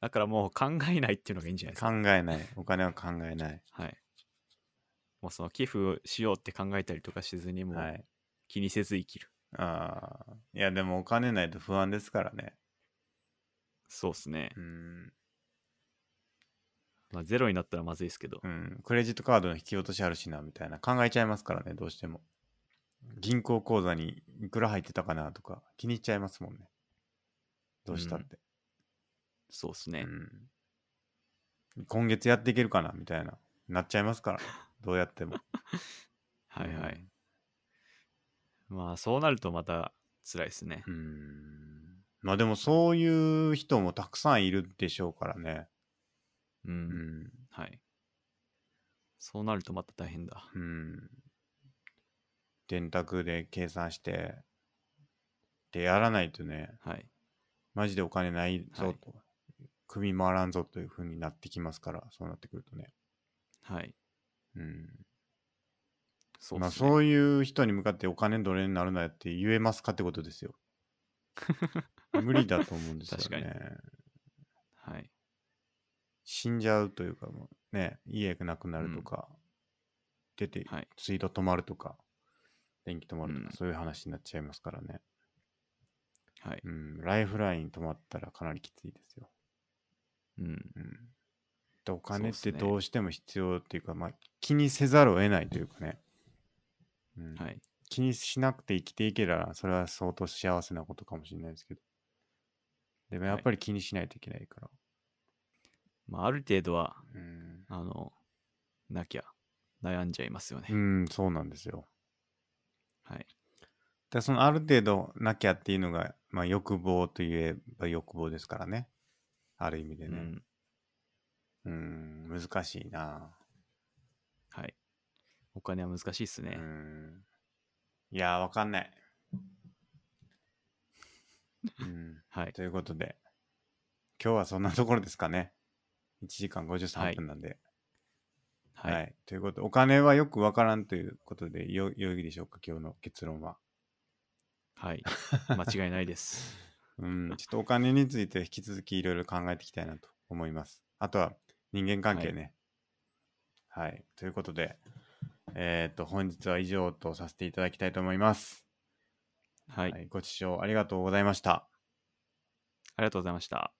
だからもう考えないっていうのがいいんじゃないです
考
か、
えない。お金は考え ない。
はい、もうその寄付しようって考えたりとかせずにも
は
う
い。
気にせず生きる、
ああ。いや、でもお金ないと不安ですからね。
そうっすね
う、ん。
まあ、ゼロになったらまずいですけど、
うん。クレジットカードの引き落としあるしな、みたいな。考えちゃいますからね、どうしても。銀行口座にいくら入ってたかなとか、気に入っちゃいますもんね。どうしたって。
そうっす
う
ね、
ん。今月やっていけるかな、みたいな。なっちゃいます から。どうやっても。
はいはい、まあそうなるとまた辛いですね、
うん。うん。まあでもそういう人もたくさんいるでしょうからね。
うん
うん。
はいそうなるとまた大変だ
うん。電卓で計算して、で、やらないとね、
はい
マジでお金ない
は
ぞ
い
と、組回らんぞという風になってきますから、そうなってくるとね。
はい
うん。
そう
ま
っ
あ、
すね、
そういう人に向かってお金奴隷になるなよって言えますかってことです よ。無理だと思うんですよね。
はい
死んじゃうというか、もうね、家なくなるとか、出て、
はい
水道止まるとか、電気止まるとか、
うん
そういう話になっちゃいますからね。
はい
うん、ライフライン止まったらかなりきついですよ。
うん
うん、でお金っ
そ
て
うっすね
どうしても必要っていうか、まあ、気にせざるを得ないというかね、うん
はい
気にしなくて生きていけたら、それは相当幸せなことかもしれないですけど。でもやっぱり気にしないといけないから。
まあ、ある程度は、
うん、
あの、なきゃ悩んじゃいますよね。
うん、そうなんですよ。
はい。
でそのある程度なきゃっていうのが、まあ、欲望といえば欲望ですからね。ある意味で
う
ね。
ん。
うん、難しいな。
はい。お金は難しいっすね
う。ん。いやー、わかんない。うん。
はい。
ということで、今日はそんなところですかね。1時間
はい
53分なんで。
はい。
ということで、お金はよくわからんということで、よ、良いでしょうか、今日の結論は。
はい。間違いないです。
うん、ちょっとお金について引き続きいろいろ考えていきたいなと思います。あとは人間関係ね。はい。ということで、えっ、と、本日は以上とさせていただきたいと思います。
はい。あ
ご視聴ありがとうございました。
りがとうございました。